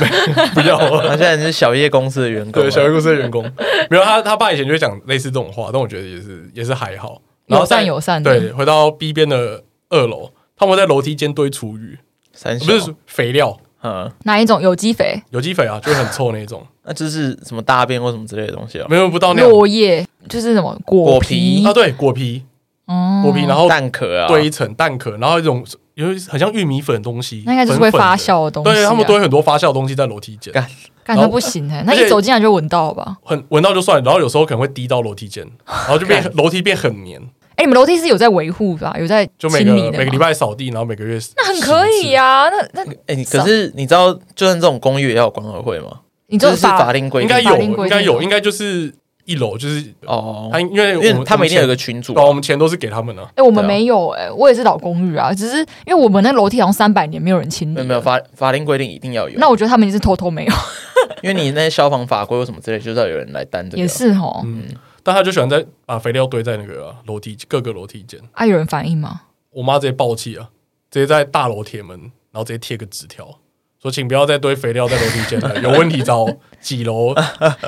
不要啊。
他现在是小叶公司的员工
对，
啊，
小学公司的员工，没有他，他爸以前就会讲类似这种话，但我觉得也是也是还好。然后
友善
在
友善的
对，回到 B 边的二楼，他们会在楼梯间堆厨余，
三小
不是肥料，
嗯，
哪一种有机肥？
有机肥啊，就是很臭那种，
那就是什么大便或什么之类的东西哦，
没有不到那样
落叶就是什么果皮
啊，对，果皮，
哦
果皮，然后
蛋壳啊，
堆一层蛋壳，然后一种有很像玉米粉的东西，
那应该就是会
粉粉的
发酵的东西啊。
对他们堆很多发酵的东西在楼梯间，
干
感
然
觉
后
不行哎，那
而且
一走进来就闻到吧？
很闻到就算了，然后有时候可能会滴到楼梯间，然后就 变楼梯变很黏，
哎，你们楼梯是有在维护吧？有在
就每
清
个
理的吗
每个礼拜扫地，然后每个月
那很可以啊呀。那那
哎、你可是你知道，就算这种公寓也要有管委会吗？
你
这
就是
法令规
应
定
该
吧
有，
法令规
应
定
该有，
吗
应该就是一楼就是
哦
他，，因为
因
我
为他们一定有一
个
个群主
对啊，我们钱都是给他们的，
哎、我们
对啊
没有哎、我也是老公寓啊，只是因为我们那楼梯好像三百年没有人清理，
没有没有。法法令规定一定要有，
那我觉得他们也是偷偷没有，
因为你那些消防法规或什么之类，就是要有人来担
啊
这个。啊
也是哦。
嗯但他就喜欢在把肥料堆在那个啊楼梯各个楼梯间，
啊，有人反应吗？
我妈直接爆气啊，直接在大楼铁门，然后直接贴个纸条。说，请不要再堆肥料在楼梯间了，有问题找几楼。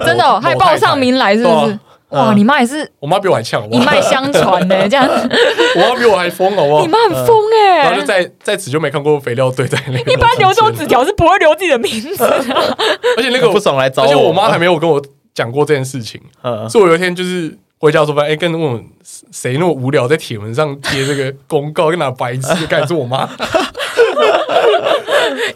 真的、哦，
某
还报上，名来是不是？
对啊
哇，
嗯
你妈也是
某太太我妈比我还呛，我
一
妈
脉相 传呢、这样
我妈比我还疯，好不好
你？妈很疯哎、
哦嗯然后就在在此就没看过肥料堆在那个。
一般留这种纸，条是不会留自己的名字的、
而且那个
不爽来找
而且
我
我妈还没有跟我讲过这件事情，
嗯，
啊所以我有一天就是回家的时候发现，哎、跟问我谁那么无聊在铁门上贴这个公告，跟哪白 痴，干是我妈。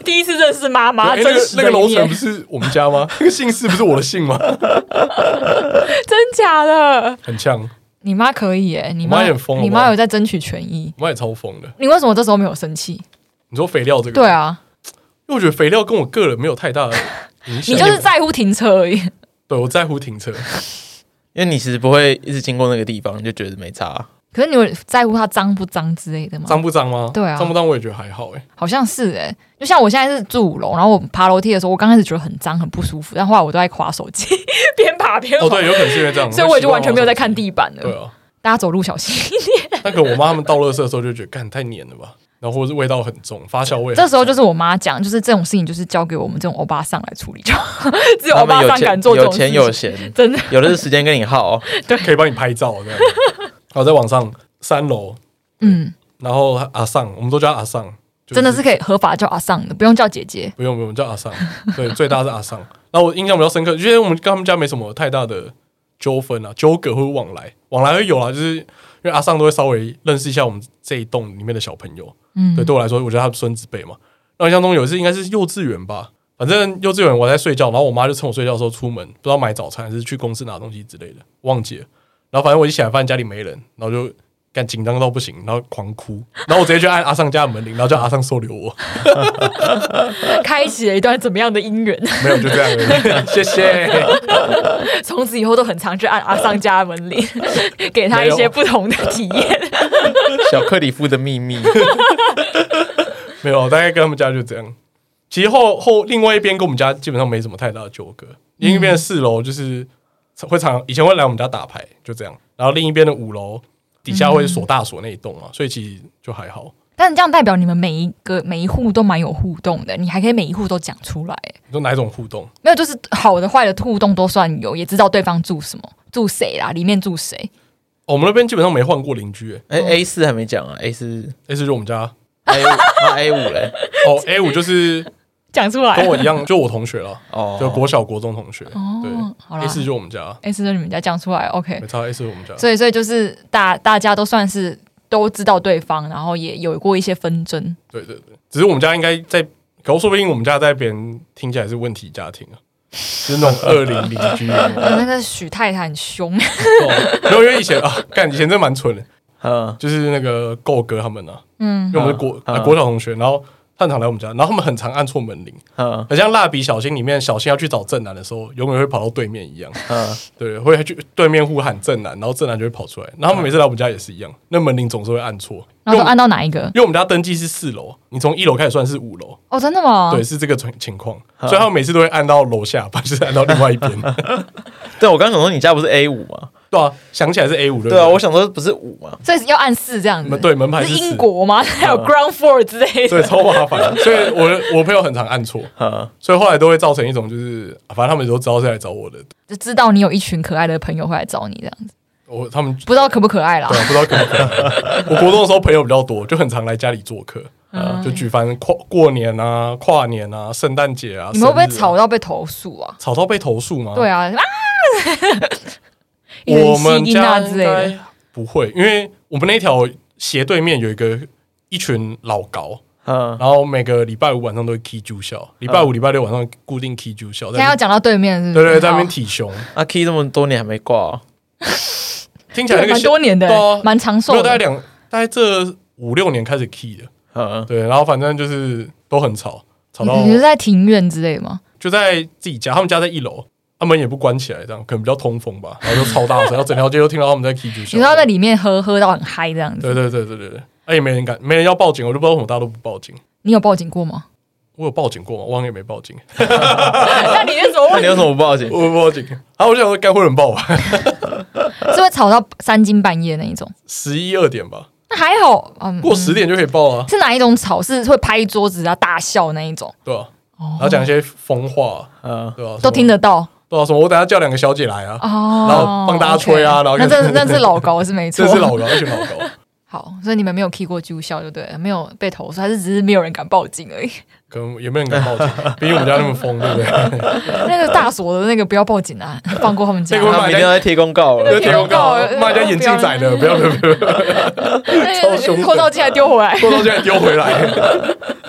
第一次认识妈妈，
哎那
真
个
实
那
的
个
一
楼
面
层不是我们家 吗？那个姓氏不是我的姓吗？
真假的？
很呛，
你妈可以哎、你
我
妈
妈也很疯
你
好不
妈
好
有在争取权益。
我妈也超疯的。
你为什么这时候没有生气？
你说肥料这个，
对，啊，
因为我觉得肥料跟我个人没有太大的影响。
你就是在乎停车而已。
对我在乎停车，
因为你其实不会一直经过那个地方，你就觉得没差。啊
可是你有在乎它脏不脏之类的吗？
脏不脏吗？
对啊
脏不脏我也觉得还好哎、
好像是哎、就像我现在是住五楼，然后我爬楼梯的时候，我刚开始觉得很脏很不舒服，但后来我都在划手 机，边爬边
哦，
滑，
对，有可能是因为这样，
所以我也就完全没有在看地板
对
了。
啊，
大家走路小心，
那个我妈他们倒垃圾的时候就觉得，干太黏了吧，然后或者是味道很重，发酵味很重。
这时候就是我妈讲，就是这种事情就是交给我们这种欧巴桑来处理，就只有
他
欧
们
巴
有
桑
钱
敢做这
有
种事
钱
情。
有闲，
真的，
有的是时间跟你 耗、哦。
可以帮你拍照这样。好，在网上三楼，
嗯，
然后阿尚，我们都叫他阿尚，就
真的是可以合法叫阿尚的，不用叫姐 姐。
不用不用叫阿尚，对，最大是阿尚。然后我印象比较深刻，因为我们跟他们家没什么太大的纠纷啊，纠葛或者往来，往来会有啦，就是因为阿尚都会稍微认识一下我们这一栋里面的小朋友。
嗯，
对，对我来说，我觉得他孙子辈嘛。那我印象中有一次应该是幼稚园吧，反正幼稚园我在睡觉，然后我妈就趁我睡觉的时候出门，不知道买早餐还是去公司拿东西之类的，忘记了。然后反正我一起来，发现家里没人，然后就干紧张到不行，然后狂哭，然后我直接去按阿尚家的门铃，然后叫阿尚收留我，
开启了一段怎么样的姻缘？
没有就这样而已，谢谢。
从此以后都很常去按阿桑家的门铃，给他一
没
些
有
不同的体验。
小克里夫的秘密，
没有，大概跟他们家就这样。其实后后另外一边跟我们家基本上没什么太大的纠葛，另一边的四楼就是会常以前会来我们家打牌，就这样。然后另一边的五楼底下会锁大锁那一栋嘛，所以其实就还好。
但这样代表你们每一个每一户都蛮有互动的，你还可以每一户都讲出来。
你说哪一种互动？
没有，就是好的坏的互动都算有，也知道对方住什么，住谁啦，里面住谁。
哦我们那边基本上没换过邻居、欸，
哎，A 四还没讲啊，A 四
那是就我们家
A 五，那 A 五嘞，
哦 A 五就是
讲出来
跟我一样，就我同学了，
哦，
就国小国中同学。
哦，
对
好啦
，A 四就我们家，
，S 就你们家讲出来，OK
没。差 A 四我们家。
所以，所以就是大大家都算是都知道对方，然后也有过一些纷争。
对对对，只是我们家应该在，可能说不定我们家在别人听起来是问题家庭啊，是 那种恶邻邻居 啊。
那个许太太很凶，
哦然后因为以前啊，干以前真蛮蠢的，
嗯，
就是那个够哥他们啊，
嗯
因为我们是国、
嗯
啊国小同学，然后探常来我们家，然后他们很常按错门铃，
嗯
很像蜡笔小新里面小新要去找正南的时候，永远会跑到对面一样，
嗯，
对，会去对面呼喊正南，然后正南就会跑出来，然后他们每次来我们家也是一样，那门铃总是会按错，因
然
为我
后都
们
按到哪一个？
因为我们家登记是四楼，你从一楼开始算是五楼，
哦，真的吗？
对，，是这个情情况，所以他们每次都会按到楼下，不然就是按到另外一边。
对我刚想说你家不是 A 五吗？
对啊，想起来是 A 五
对啊，我想说不是五吗？
所以要按四这样子。
门嗯对门牌
是
是
英
四嗯
国吗？ 还有 Ground Floor 之类的。
对，超麻 烦。所以我我朋友很常按错，
嗯，
所以后来都会造成一种就是，啊反正他们都知道是来找我的，
就知道你有一群可爱的朋友会来找你这样子，
我他们
不知道可不可爱啦
对、。啊、不知道可不可 能。我国中的时候朋友比较多，就很常来家里做客，啊
嗯
就举凡跨过年啊、跨年啊、圣诞节啊，
你们会不会
生日啊
吵到被投诉啊？
吵到被投诉吗？
对，啊， 啊，一人
我
吸
们
音啊
家
之
应
类的，
该不会，因为我们那条斜对面有一个一群老高。
嗯，
然后每个礼拜五晚上都会 K 住校，礼拜五、礼拜六晚上固定 K 住校，
现在要
在
讲到对面是
那
不
边
是？哦
对对，在那边
好
体胸，
阿啊 Key 这么多年还没挂哦，
听起来
对
那个
蛮
校
多年的
对啊，
蛮长
没
寿
有大概
的。
两大概这五六年开始 K 的，
嗯，
对，然后反正就是都很吵，吵
你
到
你是在庭院之类吗？
就在自己家，他们家在一楼，他门也不关起来，这样可能比较通风吧，然后就超大 声，然后整条街都听到他们在 K 住校，
你知道在里面喝喝到很嗨这样子，
对对对对对对，哎也没人敢，没人要报警，我就不知道为什么大家都不报警，
你有报警过吗？
我有报警过吗？我好像也没报警，
那你是什么
啊那你为什么不报 警？
我有报警， 然后我就想说该会有人报吧，
是会吵到三更半夜那一种？
十一二点吧，
那还好，嗯，
过十点就可以报啊，
是哪一种吵？是会拍桌子啊、大笑那一种，
对吧、然后讲一些疯话，啊
嗯，
对吧、
哦都听
得，
得到
对吧、啊什么我等下叫两个小姐来啊，
哦。
然后帮大家吹啊
OK
然后
那
看
这那是老高是没 错，
这是老高，而且老高。
好，所以你们没有 K 过住校就对了，没有被投诉，还是只是没有人敢报警 而已。
可能也没人敢报警，毕竟我们家那么疯，对不 对？
那个大锁的那个不要报警啊，放过他 们家
这。个
他们一定要在贴公告了
就，贴公告
贴公告
骂人家眼镜仔的，不要不要不要，超
那
凶
个
的
后照镜还丢 回来，
过到现在丢回来。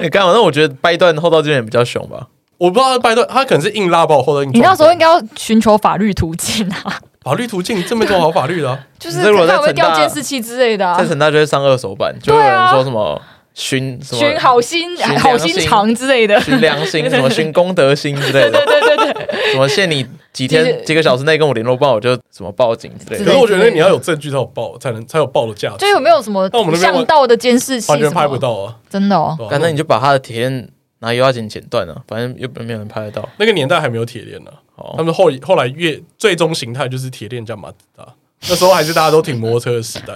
你刚好，那我觉得掰断后到这边比较凶吧，
我不知道他拜托他可能是硬拉把我后头硬撞
你那时候应该要寻求法律途径啊，
法律途径这么多好法律的啊，
就是
你这如果在
看会不会
成大
掉监视器之类的啊
在。成大就会上二手版，就会有
对
人
啊
说什么寻什么
寻好心
寻良
好心肠之类的，
寻良心，什么寻公德心之类
对
的，
对对对，
什么限你几天
是
几个小时内跟我联络不然我就什么报警之类
之
的
可
类。
是我觉得你要有证据才有报，才能才有报的价值
就，有没有什么
那我们那边
巷道的监视器？
完全拍不，到啊。
真的哦。
对吧
刚才你就把他的铁链拿油压剪剪断了，反正又没有人拍得到。
那个年代还没有铁链呢，他
哦，
们后后来越最终形态就是铁链加马自达，那时候还是大家都停摩托车的时 代，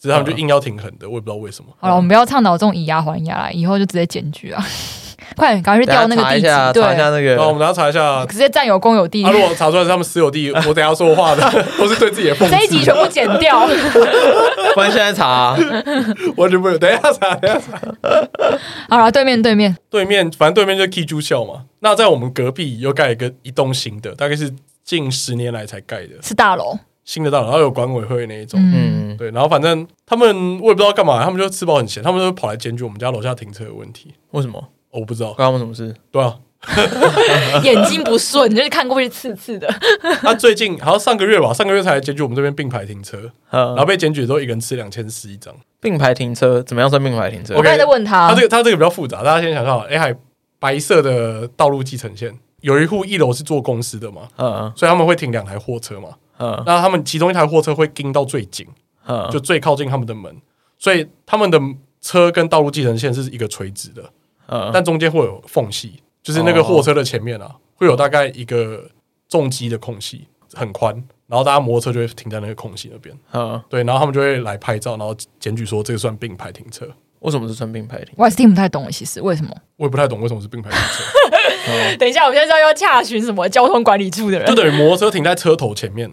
只是他们就硬要停横的，我也不知道为什么。
好了，我们不要倡导这种以牙还牙啦，以后就直接检举啊！ 快点，赶快去调那个
等
地
一
址
下，查一下查一下
对，
那
然后我
个
们等一下查一下，
直接占有公有地
啊，。如果查出来是他们私有地，我等一下说话的都是对自己的讽
这一集
刺
全，部剪掉，
不然现在查啊、
完全不有。等一下查，等一下查。
好了，对面对面，
对面反正对面就是 K 珠校嘛，那在我们隔壁又盖一个一栋新的，大概是近十年来才盖的
是大楼，
新的大楼，然后有管委会那一种。
嗯，
嗯，
对，然后反正他们我也不知道干嘛，他们就吃饱很闲，他们就跑来检举我们家楼下停车有问题。
为什么？
哦我不知道，
关他们什么事？
对啊，
眼睛不顺，就是看过去刺刺的，
他啊最近好像上个月吧，上个月才检举我们这边并排停车，然后
呃，
被检举之后一个人吃两千四一张。
并排停车怎么样算并排停车
我
OK
刚才在问他
他这，个他这个比较复杂，大家先想想，哎，还白色的道路继承线，有一户一楼是做公司的嘛，
嗯
所以他们会停两台货车嘛，
嗯
那他们其中一台货车会盯到最紧，
嗯，
就最靠近他们的门，所以他们的车跟道路继承线是一个垂直的，
嗯
但中间会有缝隙，就是那个货车的前面啊，会有大概一个重机的空隙，很宽，然后大家摩托车就会停在那个空隙那边，
嗯，
对，然后他们就会来拍照，然后检举说这个算并排停车，
为什么是算并排停？
我还是听不太懂，其实为什么？
我也不太懂为什么是并排停车。
等一下，我现在知道要洽询什么交通管理处的
就，等于摩托车停在车头前面，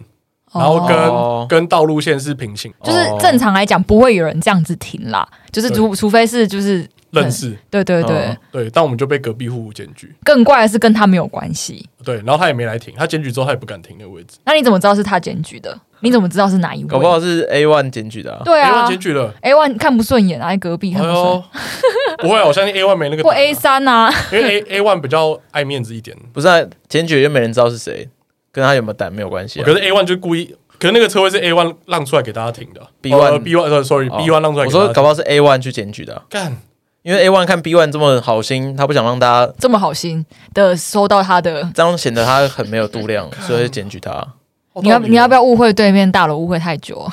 然后跟、
哦
跟道路线是平行，
就是正常来讲不会有人这样子停啦，就是除除非是就是
认识。
对对对
嗯，
对，但我们就被隔壁户检举，
更怪的是跟他没有关系。
对，然后他也没来停，他检举之后他也不敢停那个位置，
那你怎么知道是他检举的？你怎么知道是哪一位？
搞不好是 A one 检举的、啊。
对
A
啊
one 检举了，
，A one 看不顺眼啊，隔壁
哎
看不顺眼，
呦，不会啊，我相信 A one 没那个
或
胆啊
A 三啊，
因为 A A one 比较爱面子一点，
不是、啊、检举又没人知道是谁，跟他有没有胆没有关系、啊
可。是 A one 就故意，可是那个车位是 A one 让出来给大家停的呃
B1
B one sorry
哦
B one 让出来
我
给
说
大家
搞
停，
不好是 A one 去检举的啊、
干，
因为 A one 看 B one 这么好心，他不想让大家
这么好心的收到他的，
这样显得他很没有度量，所以就检举他。啊
好
你要
道理哦
你要不要误会对面大楼误会太久 啊？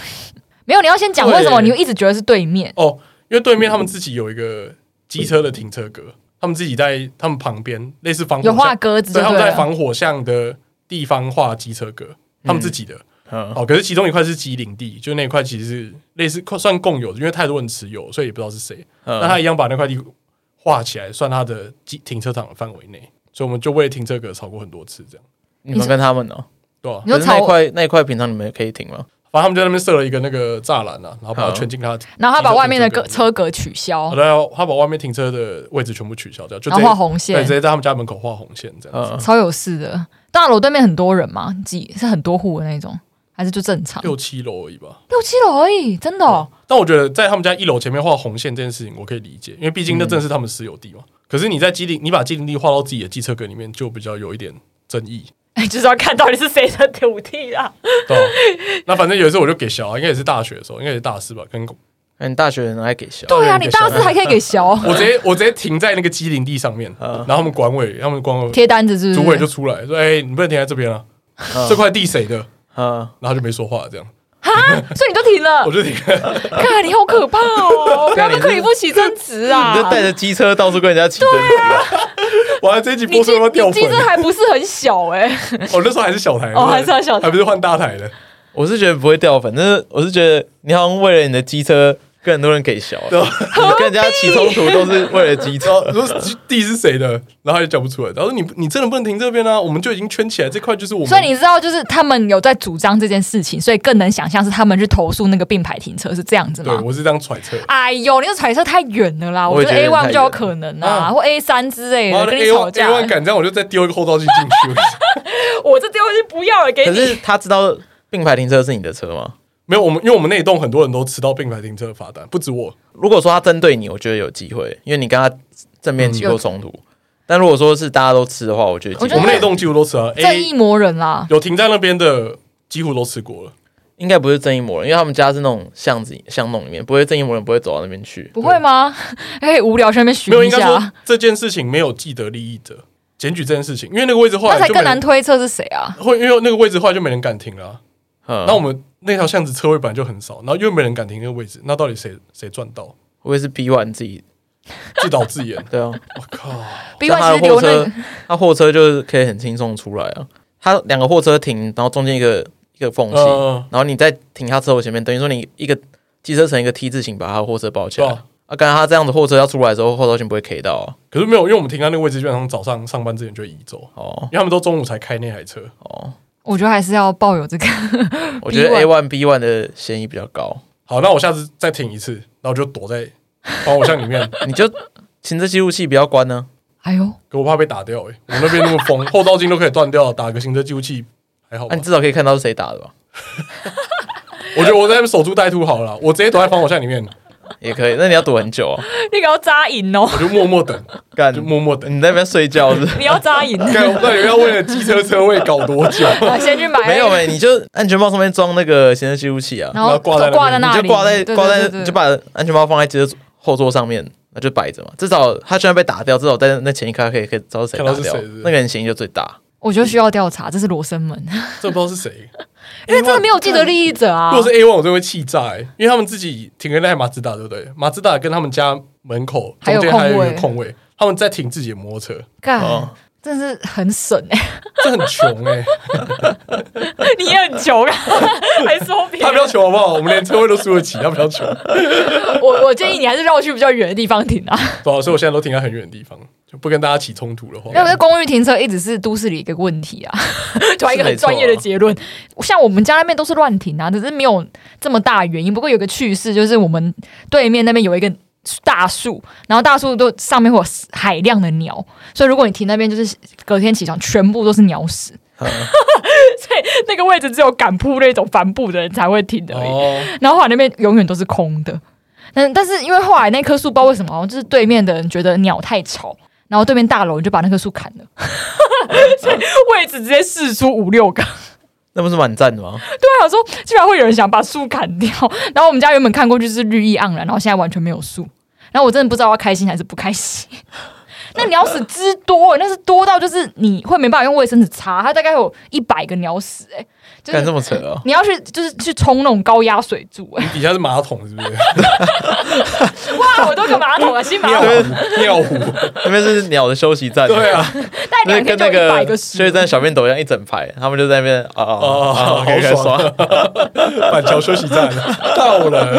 没有，你要先讲为什么
对
你一直觉得是对面，
哦，因为对面他们自己有一个机车的停车格，他们自己在他们旁边类似防火
有画
巷，
格子就
对，他们在
了。
防火巷的地方画机车格，他们自己的。
嗯，
哦，可是其中一块是机领地，就那一块其实是类似算共有的，因为太多人持有，所以也不知道是谁。
嗯
那他一样把那块地画起来，算他的机停车场的范围内，所以我们就为停车格吵过很多次，这样
你们跟他们哦、
对吧、
你说
可是那一
吵
块那一块平常你们也可以停吗？
反正他们就在那边设了一个那个栅栏啊，然后把它
嗯
圈进他的，
然后他把外面的格
停车
车格取消
好，的，他把外面停车的位置全部取消掉，就
然
这
后画红
对，
线
直，接在他们家门口画红线这样子，
嗯，
超有事的。大楼对面很多人嘛，几是很多户的那种，还是就正常
六七楼而已吧。
六七楼而已，真的哦。
但我觉得在他们家一楼前面画红线这件事情，我可以理解，因为毕竟那正是他们私有地嘛。
嗯
可是你在基地，你把基地地画到自己的机车格里面，就比较有一点争议，
哎，就是要看到底是谁的土地啊 啦。
对吧？ 那反正有一次我就给小啊，应该也是大学的时候，应该也是大四吧，跟
那、你大学人爱给小，
对啊，
给
你
小
大四还可以给小
我直接我直接停在那个机林地上面，
嗯
然后他们管委，他们管委
贴单子，是
主
不？
委就是 出来说：“哎、你不能停在这边啊，
嗯
这块地谁的
嗯，？”
然后就没说话，这样
所以你就停了
我。就停。
看你好可怕 哦！不要跟克里夫起争执啊！
你就带着机车到处跟人家起争执，
完了这一集
你
播
机
出要掉
你
粉
机，车还不是很小哎、
我那时候还是小台，
哦还是小台
还不是换大台的。
我是觉得不会掉粉，但是我是觉得你好像为了你的机车跟很多人给小，啊
对哦
你跟人家起冲突都是为了机
然后
车。
说地是谁的，然后他也讲不出来。然后说你你真的不能停这边啊，我们就已经圈起来，这块就是我们。
所以你知道，就是他们有在主张这件事情，所以更能想象是他们去投诉那个并排停车是这样子
对
吗？
我是这样揣测。
哎呦，那个彩色太远了啦！
我
我
也
觉
觉
得
得
A
太
one
远
就有可能啊，
啊
或 A 三之类
然
的，
后
跟
A
你
one
吵
A
架。
one 敢这样，我就再丢一个后照镜进去。
我这东西不要了，给
可
你。
是他知道并排停车是你的车吗？
没有，我们因为我们那一栋很多人都吃到并排停车的罚单，不止我。
如果说他针对你，我觉得有机会，因为你跟他正面起过冲突。但如果说是大家都吃的话，我觉得
嗯我觉
我
得
们那一栋几乎都吃啊
正
，A
义魔人啦，
有停在那边的几乎都吃过了。
应该不是正义魔人，因为他们家是那种巷子巷弄里面，不会正义魔人不会走到那边去。
不会吗？哎，无聊去那边寻
没有，
一
应该说
下，
这件事情没有既得利益者，检举这件事情，因为那个位置后
那
来
才
就
更
没
难
人
推测是谁啊？
会，因为那个位置后来就没人敢停了啊、
嗯，
那我们那条巷子车位本来就很少，然后又没人敢停那个位置，那到底谁谁赚到？
我也是 B one 自己，，
自导自演
对啊，
我靠！
b
像
one
他
其
的
实留
货
那
车
个，
他货车就是可以很轻松出来啊。他两个货车停，然后中间一个一个缝隙，
呃，
然后你再停他车头前面，等于说你一个机车成一个 T 字形把他的货车包起
对
来。
啊。
啊，刚才他这样子货车要出来的时候，后照镜不会 K 到啊
可是没有，因为我们停在那个位置，基本上早上上班之前就会移走，
哦
因为他们都中午才开那台车。
哦，
我觉得还是要抱有这个。
我觉得 A
B1
one B one 的嫌疑比较高，
好，那我下次再停一次，那我就躲在防火巷里面，
你就行车记录器不要关呢、
哎呦，
可我怕被打掉哎、我那边那么 疯，后照镜都可以断掉，打个行车记录器还好
那、啊
吧
你？至少可以看到是谁打的吧？
我觉得我在那边守株待兔好了啦，我直接躲在防火巷里面，
也可以，那你要躲很久啊，
你给我扎营哦，
我就默默等，
干
就默默等。
你在那边睡觉是不是？
你要 扎营，
看我到底要为了机车车位搞多久？
啊先去买
没有哎、你就安全帽上面装那个行车记录器啊，
然后
挂在那边
挂在
你
那里，
就挂在
对
挂在，
对对
你
对
就把安全帽放在机车后座上面，那就摆着嘛。至少他虽然被打掉，至少在那前一刻可以可以知道是谁
看
打
到是
掉
谁是不是，
那个人嫌疑就最大。
我觉得需要调查，这是罗生门，
这不知道是谁，
因为真的没有既得利益者啊
如。果是 A one，我真的会气炸、欸，因为他们自己停了那台马自达，对不对？马自达跟他们家门口
还有
中间还有一
空
个
位
空位，他们在停自己的摩托车，
干
哦，
真是很省哎，
这很穷哎、
你也很穷啊， 还说别
他比较穷好不好？我们连车位都输得起，他比较穷，
我我建议你还是绕去比较远的地方停啊。
对啊、所以我现在都停在很远的地方，就不跟大家起冲突的话
因，为我觉得公寓停车一直是都市里一个问题啊， 突然一个很专业的结论。像我们家那边都是乱停啊，只是没有这么大的原因。不过有个趣事就是，我们对面那边有一个大树，然后大树都上面会有海量的鸟，所以如果你停那边，就是隔天起床全部都是鸟屎。 所以那个位置只有敢扑那种帆布的人才会停而已。
哦，
然后后来那边永远都是空的。但但是因为后来那棵树不知道为什么，好像就是对面的人觉得鸟太吵，然后对面大楼就把那棵树砍了， 所以位置直接试出五六个。
那不是蛮赞的吗？
对啊，我说居然会有人想把树砍掉。然后我们家原本看过去是绿意盎然，然后现在完全没有树。然后我真的不知道要开心还是不开心。 那鸟屎之多，欸那是多到就是你会没办法用卫生纸擦，它大概有一百个鸟屎哎、就
干这
是
么扯啊！
你要去就是去冲那种高压水柱哎、
底下是马桶是不是？
哇，我都个马桶啊，新马
尿
桶，
壶，尿壶，
那边是鸟的休息站，
对啊，
但
就是
两
跟
天就
那
一百
个
个
休
十
息。站小便斗一样一整排，他们就在那边啊
哦
啊，可以开
好
始
爽
刷。
板桥休息站到了，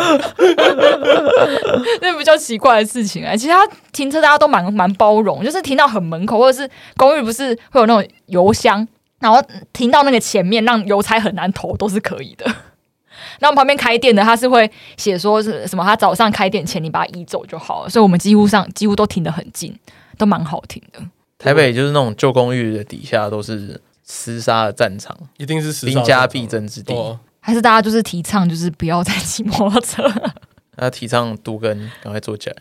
那比较奇怪的事情哎、其实他停车大家都蛮蛮包容，就是停到很门口，或者是公寓不是会有那种油箱，然后停到那个前面，让邮差很难投都是可以的。然后我们旁边开店的，他是会写说是什么，他早上开店前你把它移走就好了，所以我们几乎上几乎都停得很近，都蛮好停的。
台北就是那种旧公寓的底下都是厮杀的战场，
一定是时尚
兵家必争之地。
哦
还是大家就是提倡，就是不要再 骑摩托车，
那提倡都跟赶快坐起来，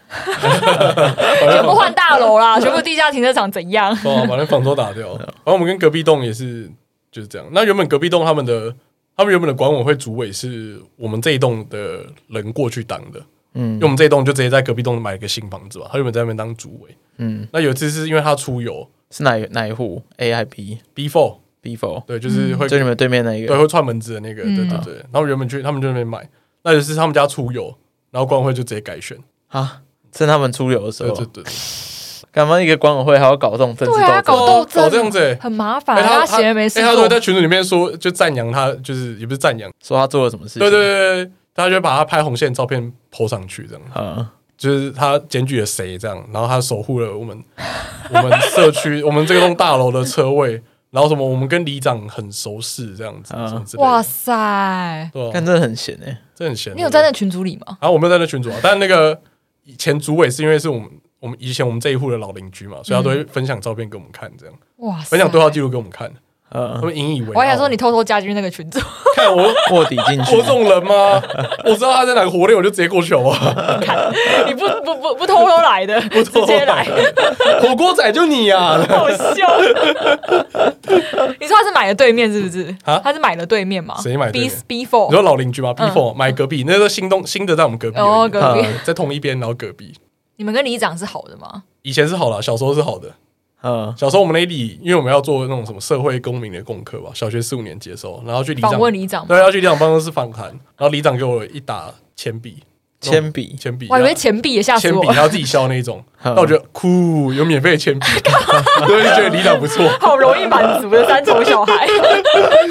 全部换大楼啦，全部地下停车场怎 样？
对啊，把那房都 打掉。然后我们跟隔壁栋也是就是这样。那原本隔壁栋他们的他们原本的管委会主委是我们这一栋的人过去当的，因
嗯
为我们这一栋就直接在隔壁栋买了个新房子嘛，他原本在那边当主委。
嗯，
那有一次是因为他出游
是哪哪一户 A 还 B
B four，
B four？
对，就是会、
就你们对面那一
对
个，
会串门子的那个，对对
嗯
对。然后原本去他们就在那边买，那就是他们家出游，然后管委会就直接改选，
啊，趁他们出游的时
对对
候，啊
对，
干嘛一个管委会还要搞这种政治
对啊，
斗
搞
争？
搞
斗争，
这样子欸
很麻
哎
烦。啊他
他
闲着没事
哎他都
做
会，在群组里面说，就赞扬他，就是也不是赞扬，
说他做了什么事情？
对对对对，他就会把他拍红线照片 PO 上去，这样
啊，
就是他检举了谁这样，然后他守护了我们我们社区我们这栋大楼的车位，然后什么我们跟里长很熟识这样子，
嗯
什么之类的
哇，塞！
对吧、
看真的很闲哎，
这很闲。
你有在那群组里吗？
啊？我没有在那群组啊，但那个以前主委是因为是我们我们以前我们这一户的老邻居嘛，所以他都会分享照片给我们看，这样
哇塞！
分享对话记录给我们看，他
啊，
们引以为傲。
我还想说你偷偷加进去那个 群组，
看我
卧底进去
我，这种人吗？我知道他在哪个活动，我就直接过去好不好？
你不不不不偷偷来 的，直接来，
火锅仔就你呀、
好笑。 你说他是买了对面是不是？
啊
他是买了对面吗？
谁买对
B
面
B
你说
Four
老邻居吗？B
嗯
four 买隔壁，那个新东新的在我们隔壁而已，啊
哦，隔壁。
嗯
在同一边，然后隔壁。
你们跟里长是好的吗？
以前是好了，小时候是好的，
嗯，
小时候我们那里，因为我们要做那种什么社会公民的功课吧，小学四五年级的时候，然后去里长
访问里长吗
对，要去里长办公室访谈，然后里长给我一打铅笔，
铅笔，
铅笔，
哇，以为
然后
钱币也吓死
铅笔
我
还，要自己削那一种，
嗯
那我觉得酷，有免费的铅笔，对，就觉得里长不错。
好容易满足的三重 小孩。
哎、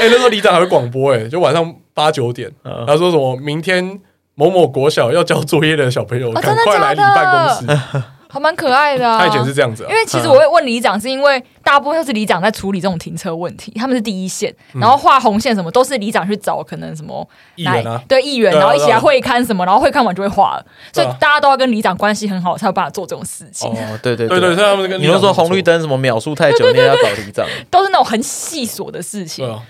那时候里长还会广播、哎，就晚上八九点，然后说什么明天某某国小要交作业的小朋友，
哦
赶
真的
快来里
假的
办公室。
还蛮可爱的、啊。
他以前是这样子啊
因，为其实我会问里长，是因为大部分都是里长在处理这种停车问题，他们是第一线，
嗯
然后画红线什么都是里长去找，可能什么
议员啊
来对议员，
对啊
然后一起
对啊
来会刊什么，然后会刊完就会画了，
对
所
啊
以大家都要跟里长关系很好，才有办法做这种事情，
哦，对对
对对，所以他们跟
你都说红绿
灯，
灯什么秒数太久，你也要找里长，
都是那种很细琐的事情
对，啊。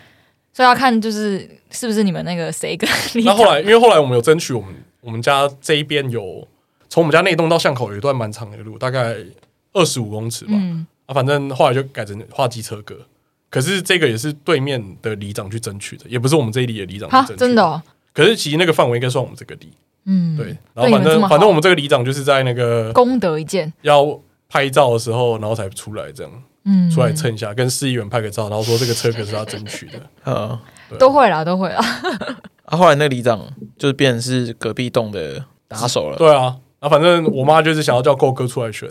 所以要看就是是不是你们那个谁跟里
那
长
后来，因为后来我们有争取，我们我们家这一边有从我们家内栋到巷口有一段蛮长的路，大概二十五公尺吧。
嗯
啊，反正后来就改成画机车格。可是这个也是对面的里长去争取的，也不是我们这一里的里长去
好
争取。
真的、。哦，
可是其实那个范围应该算我们这个里，
嗯，
对。然后反
对你们这
正
么好
反正我们这个里长就是在那个
功德一件，
要拍照的时候，然后才出来这样
嗯，
出来蹭一下，跟市议员拍个照，然后说这个车格是他争取的。
嗯，
啊
都会啦，都会啦，
啊，后来那个里长就是变成是隔壁栋的打手了，
对啊，然后反正我妈就是想要叫够哥出来选，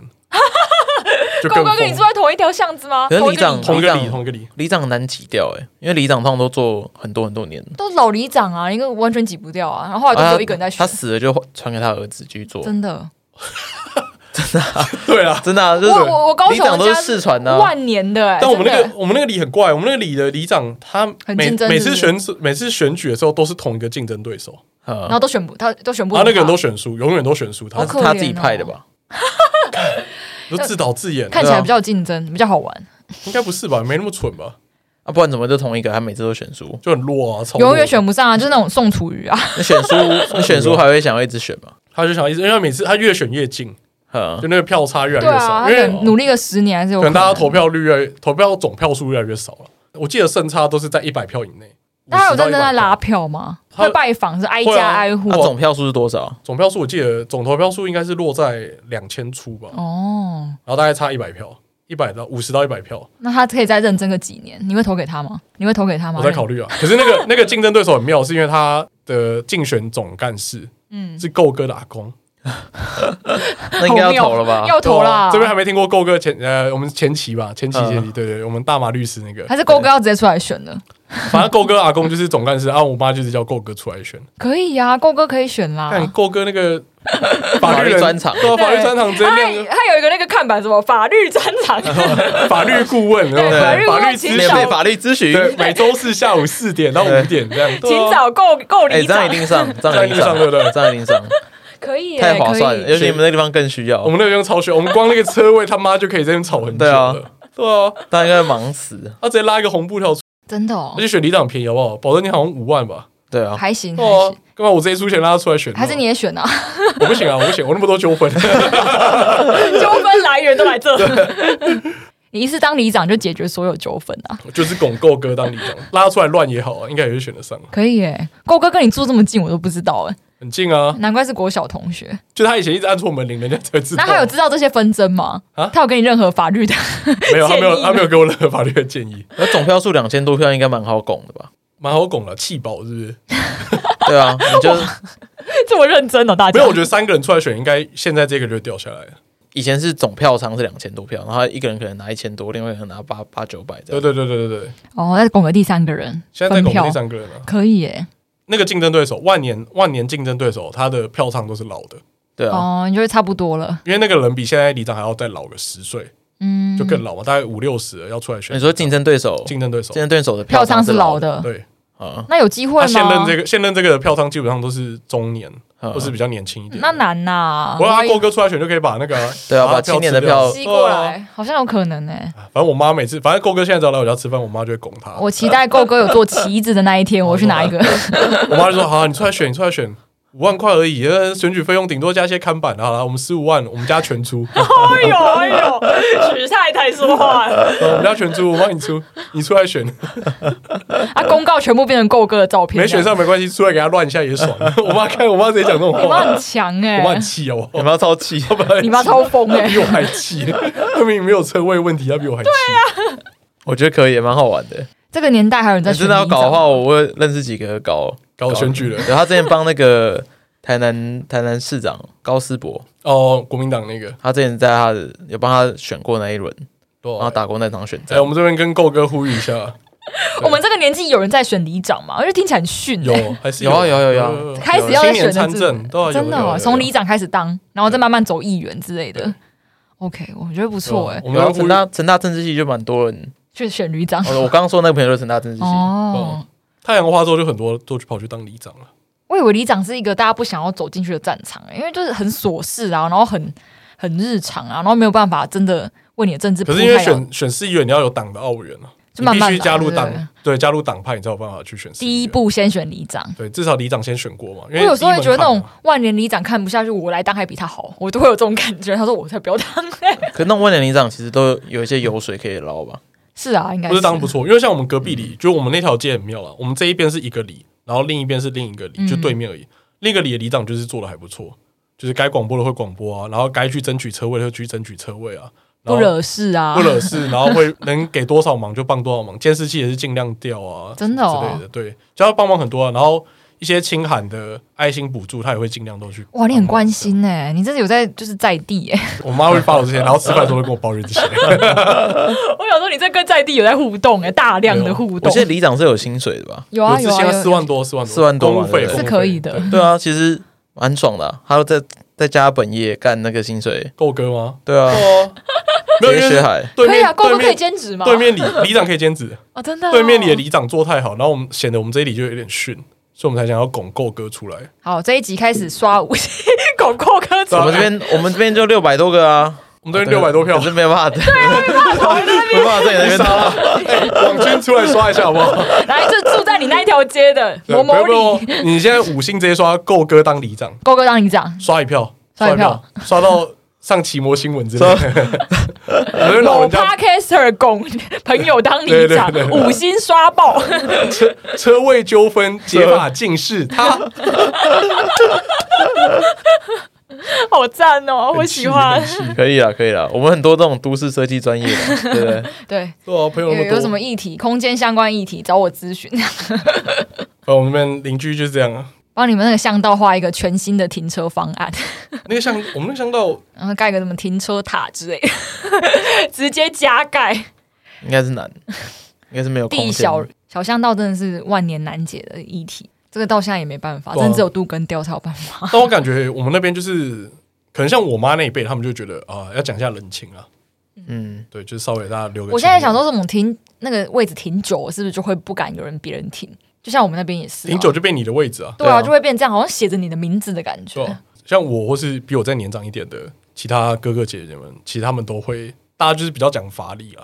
就
乖
更
乖跟你
疯
住。在同一条巷子吗？
可是
同
里
一个
长
同一个
里
里，
长
同一个里，
里长很难挤掉哎、欸因为里长通常都做很多很多年，
都是老里长啊，一个完全挤不掉啊。然后后来都只
啊
有一个人在选，
他死了就传给他儿子去
哦
做，
真的。
对啊。
真的啊，就
我
是
我我高
里
雄
长
人
都
家
是世传的啊、
万年的哎、
但我们那
真的
个我们那个里很怪，我们那个里的里长他
很
每
竞争
每
是
次
不是
选每次选举的时候都是同一个竞争对手，
嗯
然后都选不，他都选不
然后
赢他，
啊那个人都选输，永远都选输他
他
好，
是
可
他
怜
自己
哦
派的吧？
就自导自演。
看起
对啊
来比较竞争，比较好玩，
应该不是吧？没那么蠢吧？
啊，不然怎么就同一个？他每次都选输，
就很弱啊，超弱
永远选不上啊，就是那种宋楚瑜啊，
那选 输，那选输还会想要一直选吗？
他就想一直，因为他每次他越选越近，
嗯
就那个票差越来
对
越
啊，
少，
他
因
可
为
能努力个十年还是有
可能大家投，票率越来越投票总票数越来越少了。我记得胜差都是在一百票以内，
大家有
50到
认真在
100
拉票吗？
他
会拜访是挨
会啊
家挨户
那、总票数是多少？
总票数，我记得总投票数应该是落在两千出吧，
哦，
然后大概差一百票，一百到五十到一百票，
那他可以再认真个几年，你会投给他吗？你会投给他吗？
我在考虑啊。可是那个那个竞争对手很妙，是因为他的竞选总干事
嗯，
是够哥的阿公，
那应该要投了吧？
要投啦，
对啊这边还没听过够哥前呃，我们前期吧，前期
嗯
前期，对对，我们大马律师那个
还是勾哥要直接出来选的，
反正够哥阿公就是总干事，啊，我妈就是叫够哥出来选。
可以呀，勾哥可以选啦，哎
看够哥 那个法
法律
律人
专场
对啊，法律专场直接
他
那
还
个
他有一个那个看板，什么法律专 场，
啊法律顾问，然后
哎对
法律
顾问
法律咨
请
免
找
费
询，
法律咨询，
对，每周四下午四点到五点这样，对啊
请找够够
哎、
里
这样
长
一，定 上，这样一定上，
这样一定上对不对
这样一定上，
可以耶
太划算了，
可以
尤其你们那地方更需要
我，们那边超炫，我们光那个车位他妈就可以在那边吵很久
对
了。对啊，
大家应该忙死。
他直接拉一个红布条出，
真的
而
哦，
且选里长便宜好不好？保证你好像五万吧。
对啊，
还行
对
还
啊
行，，
干嘛我直接出钱拉他出来选？
还是你？也选啊？
我不行啊，我不行，我那么多纠纷。
纠纷来源都来这。 你一次当里长就解决所有纠纷啊，
就是拱够哥当里长，拉他出来乱也好啊，应该也是选得上。
可以耶！够哥跟你住这么近，我都不知道哎，
很近啊，
难怪是国小同学。
就他以前一直按错门铃，人家才知道。
那他有知道这些纷争吗？
啊
他有给你任何法律的？
没有？他没
建
有，
议
他没有给我任何法律的建议，
那总票数两千多票应该蛮好拱的吧？
蛮好拱了，气饱是不是？
对 啊，你就
这么认真哦，大家
没有，我觉得三个人出来选，应该现在这个就掉下来了。
以前是总票仓是两千多票，然后一个人可能拿一千多，另外一个人拿八八九百这
对
样。
对对对对对，
哦，再拱个第三个人，
现在在拱
分票
第三个人啊了。
可以耶！
那个竞争对手，万年万年竞争对手，他的票仓都是老的，
对啊，
哦，你就会差不多了，
因为那个人比现在里长还要再老个十岁，
嗯，
就更老嘛，大概五六十了要出来选。
你说竞争对手，
竞争对手
竞，争对手的
票
仓
仓
是
是
嗯
老
的
的，
对，
啊，
那有机会
他
吗？
现任这个现任这个的票仓基本上都是中年
嗯
或是比较年轻一点。
那难呐、
我让他
万一
郭哥出来选就可以把那个啊
对啊
他
把青年的
吃掉
票
吸过。
对啊
来，好像有可能呢、欸
反正我妈每次，反正郭哥现在只要来我家吃饭，我妈就会拱他。
我期待够哥有做旗子的那一天，我去拿一个。
啊我妈就说：“好啊，你出来选，你出来选。”五万块而已，呃选举费用顶多加些看板，啊好了，我们十五万，我们家全出，
哎呦哎呦，许太太说话了，
我们家全出，我帮你出，你出来选，
啊，公告全部变成够哥的照片，
没选上没关系，出来给他乱一下也爽。 我妈看我妈谁讲这种
这样，你妈
话，
很强哎、
我妈很欸气哦，
有没有超气？
你妈超疯哎、
她 比我还气，她明明没有车位问题，她比我还气。
啊
我觉得可以，也蛮好玩的。
这个年代还有人在
你
选
真的要
里
搞的
长
话，我会认识几个搞
搞选举了
对，他之前帮那个台南台南市长高思博，
哦，国民党那个，
他之前在他的有帮他选过那一轮，
对
帮他啊打过那场选
哎，
战
我。们这边跟够哥呼吁一下，
我们这个年纪有人在选里长嘛？我觉得听起来很逊、欸。
有还是
有啊有啊有啊
有
开始要
青
在
年
选的
参政，对啊
真
有
的
有有嗯
哦，
有
从里长开始当，然后再慢慢走议员之类的。OK，我觉得不错
对
哎、
啊我
我
们要
们
呼
成
吁
大成大政治系就蛮多人，
去选旅长。
哦我刚刚说那个朋友就是成大政治系，
嗯
哦，
太阳花之后，就很多都去跑去当里长了。
我以为里长是一个大家不想要走进去的战场、欸，因为就是很琐事啊，然后很很日常啊，然后没有办法真的为你的政治铺
可
开
是
了。
因为选选市议员，你要有党的奥元啊，
啊就慢慢
你必须
来
加入
对
党，对，加入党派，你才有办法去选市议员
第一。步先选里长。
对，至少里长先选过嘛。因
我
为
有时候
第一门
会觉得那
槛
种
嘛
万年里长看不下去，我来当还比他好，我都会有这种感觉。他说我才不要当、欸，
可是那种万年里长其实都有一些油水可以捞吧？
是嗯啊，应该
不是当不错，因为像我们隔壁里，就我们那条街很妙了。我们这一边是一个里，然后另一边是另一个
嗯
里，就对面而已。另一个里的里长就是做的还不错，就是该广播的会广播啊，然后该去争取车位的会去争取车位啊，然
不
后
惹事啊，
不惹事，然后会能给多少忙就帮多少忙，监视器也是尽量调啊，
真的哦
之类的，对，就要帮忙很多啊。然后一些清寒的爱心补助，他也会尽量都去。
哇，你很关。心哎、你真的有在就是在地 哎、
我妈会发我这些，然后吃饭的时候会跟我抱怨这 些。
我想说你这跟在地有在互动哎、大量的互
我
动
记，得里长是有薪水的吧？
有啊
有
有
这
啊
现
有
在
啊
四万多，四万多，
4万多嘛
公务费
对不
是
对
公务费
可以的
对，
对啊，其实蛮爽的啊、他都在在家本业干那个薪水，
够哥吗？
对啊，
哦没有
直接
因为
学海。
对
可以啊，
面
够
对
不可以
面
兼职吗？
对面里里长可以 兼职，
哦，真的哦、
对面里的里长做太好，然后我们显得我们这一里就有点逊，所以我们才想要拱够哥出来。
好，这一集开始刷五星 广告歌词
我，们这边我们这边就六百多个啊，
我们这边六百多票
可，是没办法，
啊
没办法在你那边
杀
打。
了， 哎网军出来刷一下好不好？
来自住在你那一条街的
啊对啊
某某
不要
里，
不要你现在五星直接刷够哥当里长，
够哥当里长，
刷一票，
刷一票，
刷到上奇摩新闻之类的。 我们这 老
某
人家
podcaster 拱 朋友当
对
里
对
长
对，对
五星刷爆。
车车位纠纷解法近 视，他
好赞哦，我喜 欢
很。气。很气
可以啦，可以啦，我们很多这种都市设计专业 的，对不对？
对，
对啊，朋友
有
那么多
有什么议题，空间相关议题找我咨询，
呃，我们那边邻居就是这样啊。
帮你们那个巷道画一个全新的停车方案，
那个巷，我们那个巷道
然后盖个什么停车塔之类的， 直接加盖。
应该是难，应该是没有空
地
间。
小小巷道真的是万年难解的议题，这个到现在也没办法，
对啊
真的只有杜根调才有办 法。
但我感觉我们那边就是，可能像我妈那一辈，他们就觉得啊、要讲一下人情啊，
嗯，
对，就是稍微大家留个。
我现在想，说，这种停那个位置停久了，是不是就会不敢有人别人停？就像我们那边也是、啊，
挺久就变你的位置啊，
对啊，
对啊
就会变这样，好像写着你的名字的感
对
觉。
吧？像我或是比我再年长一点的其他哥哥姐姐们，其实他们都会，大家就是比较讲法理啊。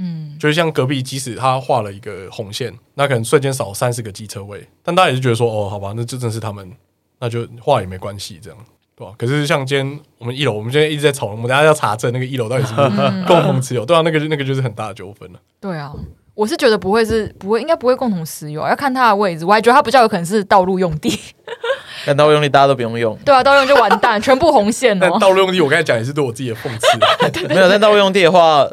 嗯，
就是像隔壁，即使他画了一个红线，那可能瞬间少三十个机车位，但大家也是觉得说，哦，好吧，那这真是他们，那就画也没关系，这样对吧、可是像今天我们一楼，我们今天一直在吵，我们等一下要查证那个一楼到底是不是共同持有，对啊，那个就那个就是很大的纠纷了。
对啊，我是觉得不会是不会，应该不会共同私有啊，要看它的位置。我还觉得它比较有可能是道路用地，
但到用力大家都不用用，
对啊，道路用就完 蛋，全部红线
但
哦。
道路用地，我刚才讲也是对我自己的 讽刺。
没有。但到用地的话，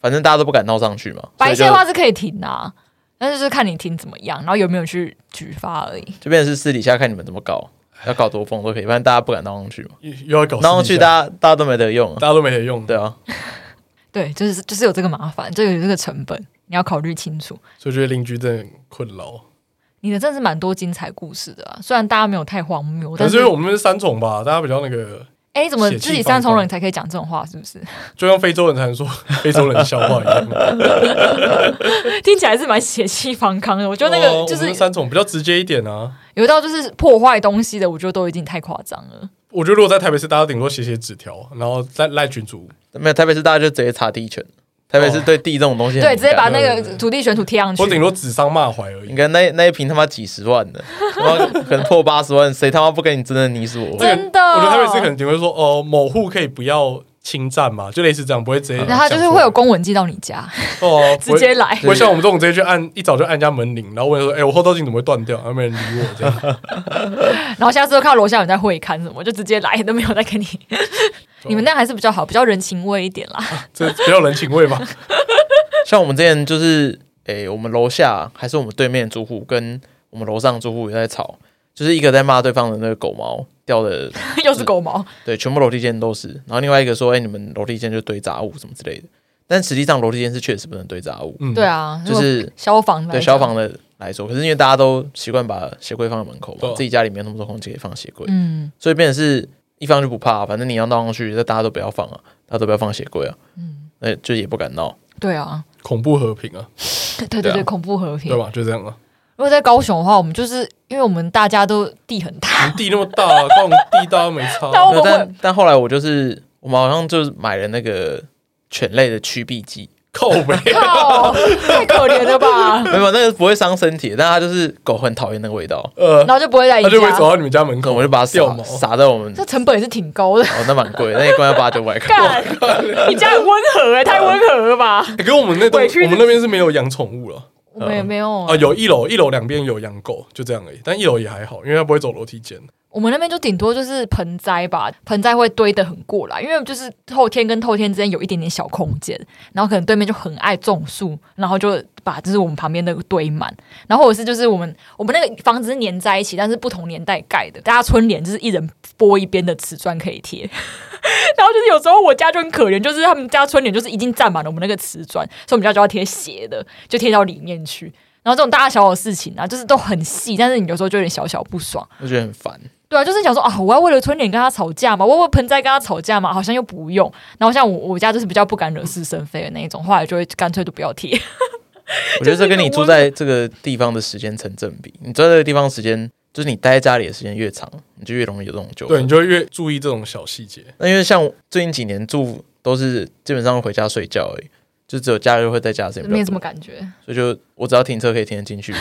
反正大家都不敢闹上去嘛，所
白
以就
线的话是可以停啊，但是就是看你停怎么样，然后有没有去举发而已。
就变成是私底下看你们怎么搞，要搞多疯都可以，反正大家不敢闹上去 嘛，
又又要搞
闹上去
大家
大家大家都没得用啊。
大家都没得用，
对啊，
对，就是就是有这个麻烦，就有这个成本，你要考虑清楚。
所以觉得邻居真的很困扰。
你的真的是蛮多精彩故事的、啊，虽然大家没有太荒谬，
可
但
是
是
因为我们是三重吧，大家比较那个，
哎、你怎么
血气
自己
方
三重
刚
人才可以讲这种话？是不是？
就像非洲人才能说非洲人的笑话一样。
听起来是蛮血气方刚的。我觉得那
哦
个就
我们
是
三重比较直接一点啊。
有到就是破坏东西的，我觉得都已经太夸张了。
我觉得如果在台北市，大家顶多写写纸条，然后在赖群主。
没有台北市大家就直接查地权，台北市对啊地这种东西很
哦对，直接把
敏感
那个土地选土贴上去
我。顶多指桑骂槐而
你
嗯
已。
看那那一瓶他妈几十万的，他妈可能破八十万，谁他妈不跟你真的你死我活？
真的
我觉得台北市可能顶多说哦，某户可以不要侵占嘛，就类似这样，不会直接讲出来。
然后他就是会有公文寄到你家，
哦，
直接来。
不会像我们这种直接去按，一早就按人家门铃，然后问说：“哎、我后照镜怎么会断掉？”啊然后没人理我，这 样
然后下次就看到楼下有人在会刊什么，就直接来都没有再 跟你。你们那样还是比较好，比较人情味一点啦。
这比较人情味吧。
像我们之前就是，诶、我们楼下还是我们对面的住户跟我们楼上的住户也在吵，就是一个在骂对方的那个狗毛掉的，
又是狗毛，
对，全部楼梯间都是。然后另外一个说，哎、你们楼梯间就堆杂物什么之类的，但实际上楼梯间是确实不能堆杂物，
嗯，
对。啊，
就是
消防来
对
讲
消防的来说，可是因为大家都习惯把鞋柜放在门口
对
嘛
啊，
自己家里没有那么多空间可以放鞋柜，
嗯，
所以变成是一方就不怕，反正你要闹上去，那大家都不要放啊，大家都不要放鞋柜啊，嗯，那就也不敢闹。
对啊，
恐怖和平啊，
对
对
对对
啊
对，恐怖和平。
对吧？就这样啊。
如果在高雄的话，我们就是因为我们大家都地很 大，
地那么大、啊，逛地大家没差、
但我
对，
们会
但但后来我就是我们好像就是买了那个犬类的驱避剂，
靠呗。
靠，太可怜了吧？
没有那个不会伤身体，但它就是狗很讨厌那个味道，
呃
然，后就不会来你
他就会走
家，
到你们家门
可
口，
能我就把它
掉毛
撒。撒在我们
这成本也是挺高的。
哦，那蛮贵，那一罐要八九百块。
干，你这样很温和哎、太温和了吧？
欸、跟我们那栋
委屈自己
我们那边是没有养宠物了
我们也没有欸
啊、，有一楼一楼两边有养狗，就这样而已。但一楼也还好，因为它不会走楼梯间。
我们那边就顶多就是盆栽吧，盆栽会堆得很过来，因为就是后天跟后天之间有一点点小空间，然后可能对面就很爱种树，然后就呃把就是我们旁边的堆满，然后或者是就是我们我们那个房子是连在一起，但是不同年代盖的，大家春联就是一人拨一边的瓷砖可以贴， 然后就是有时候我家就很可怜，就是他们家春联就是已经占满了我们那个瓷砖，所以我们家就要贴斜的，就贴到里面去。然后这种大大小小的事情啊，就是都很细，但是你有时候就有点小小不爽。
我觉得很烦，
对啊，就是想说啊，我要为了春联跟他吵架嘛，我要为了盆栽跟他吵架嘛，好像又不用。然后像我我家就是比较不敢惹是生非的那一种，后来就会干脆就不要贴。
我觉得这跟你住在这个地方的时间成正比。你住在这个地方的时间，就是你待在家里的时间越长，你就越容易有这种纠
对，
纷
你。就会越注意这种小细节。
那因为像最近几年住都是基本上回家睡觉而已，就只有假日会在家的时 间比
没
较
什么
多，
感觉，
所以就我只要停车可以停得进去。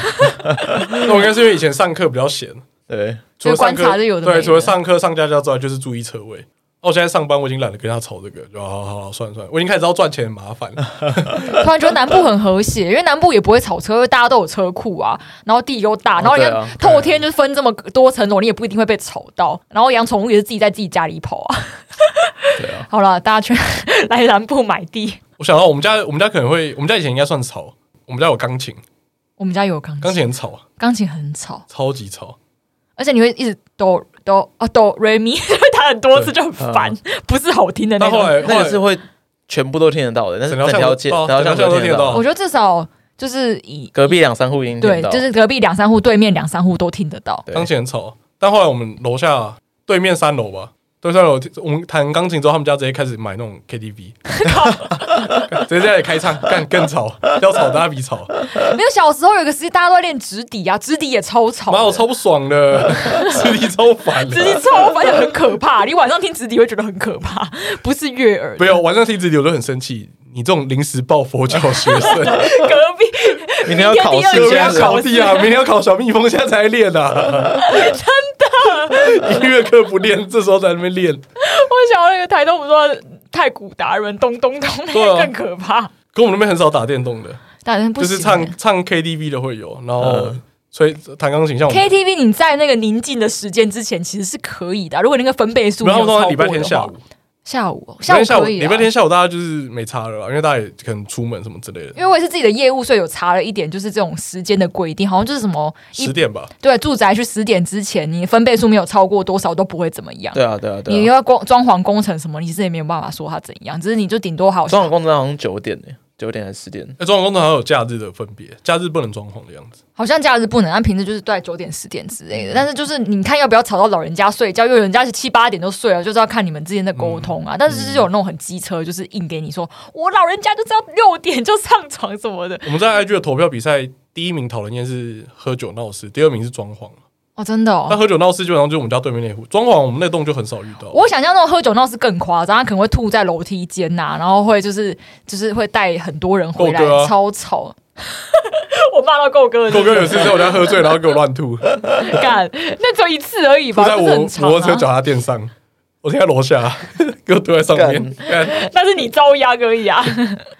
那我应该是因为以前上课比较闲，
对，
除了上
就观察
课
就有的没
对，
的
除了上课上家教之外，就是注意车位。哦，我现在上班我已经懒得跟他吵这个，就好好好好算了算了，我已经开始知道赚钱很麻烦了。
突然觉得南部很和谐，因为南部也不会吵车，因为大家都有车库啊，然后地又大，然后人
对
家
啊
透天就分这么多层楼，你也不一定会被吵到。然后养宠物也是自己在自己家里跑啊。
对啊，
好了，大家去来南部买地，
我想到我们家，我们家可能会，我们家以前应该算吵，我们家有钢琴，
我们家有钢琴，
钢琴很吵，
钢琴很吵，
超级吵。
而且你会一直哆哆啊哆瑞 咪，弹很多次就很烦，不是好听的那
但
种
嗯后。来后
那
来
个是会全部都听得到的，但是
整条
整
巷
条
都
街、
哦
整条
整
巷
条巷
都听
都听
得
得
到
到，
我觉得至少就是以
隔壁两三户已经听
对
到，，
就是隔壁两三户对面两三户都听得到。
对
钢琴很吵。但后来我们楼下对面三楼吧，对面三楼我们弹钢琴之后，他们家直接开始买那种 KTV，直接在那里开唱，更更吵，要吵大家比吵，
没有小时候有一个时期大家都在练直笛啊，直笛也超吵的，
妈我超不爽的， 实力超烦
直笛
的。
超烦，而且很可怕。你晚上听直笛会觉得很可怕， 不是悦耳。
没有，晚上听直笛我都很生气，你这种临时抱佛脚学 生，
隔壁
明天要考试，
明
现
明天
在
要
是
考地啊，明天要考小蜜蜂，现在才练 啊，真的， 音乐课不练，这时候在那边练。
我想到那个台东，我说太古达人咚咚咚，那
对
个
啊
更可怕。
跟我们那边很少打电动的，
当然不
就
行
是唱
欸
唱 KTV 的会有，然后
嗯
吹弹钢琴，像我们
KTV，你在那个宁静的时间之前其实是可以的啊。如果那个分贝数没
然
有
后
超
他们都
过
是礼拜天
的
下
话
午，，
下午哦
礼拜
下
天
午
下午，
可以啊，
礼拜天下午大家就是没差了啦，因为大家也可能出门什么之类的
因，为我也是自己的业务，所以有查了一点，就是这种时间的规定，好像就是什么一
十点吧，
对住宅去十点之前，你分贝数没有超过多少都不会怎么样。
对啊，对啊，
你
对啊。
要光装潢工程什么，你是也没有办法说它怎样，只是你就顶多好
装潢工程好像九点呢、九点还是十点？
那装哎潢工程还有假日的分别，假日不能装潢的样子，
好像假日不能，但平时就是在九点十点之
嗯
类的。但是就是你看要不要吵到老人家睡觉，因为人家是七八点都睡了，就是要看你们之间的沟通
嗯
啊。但是就是有那种很机车，就是硬给你说我老人家就是要六点就上床什么的，
我们在 IG 的投票比赛，第一名讨论厌是喝酒闹事，第二名是装潢，
哦，真的
那
哦。
喝酒闹事基本上就是我们家对面那户，装潢我们那栋就很少遇到。
我想象那种喝酒闹事更夸张，他可能会吐在楼梯间呐、然后会就是就是会带很多人回来
够，的啊
超吵，
我骂到够哥了，
狗哥有一次在我家喝醉，然后给我乱 吐，吐
干，那只有一次而已吧，
在
不是
我
很长、
摩托车
啊。
脚踏垫上，我停在楼下， 给我吐在上面。干
但是你遭殃而已 啊。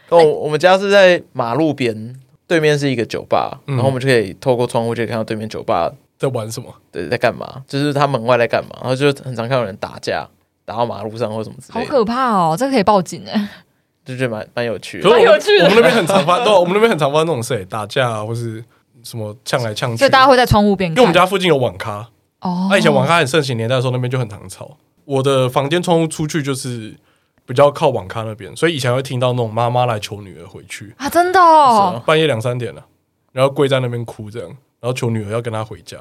我哦我们家是在马路边，对面是一个酒吧，
嗯
然后我们就可以透过窗户就可以看到对面酒吧
在玩什么？
对在干嘛，就是他门外在干嘛，然后就很常看到人打架，打到马路上或什么之
好
类的，
可怕哦！这个可以报警哎、
就觉得蛮蛮有趣的
可是。我
蛮有
们
趣的
我们那边很常发，对啊，我们那边很常发生那种事、欸，打架啊，或是什么呛来呛去。
所以大家会在窗户边
因
看。
为我们家附近有网咖，啊
哦，
那、以前网咖很盛行年代的时候，那边就很常吵。我的房间窗户出去就是比较靠网咖那边，所以以前会听到那种妈妈来求女儿回去，
啊，真的哦，
半夜两三点了、啊然后跪在那边哭这样，然后求女儿要跟她回 家。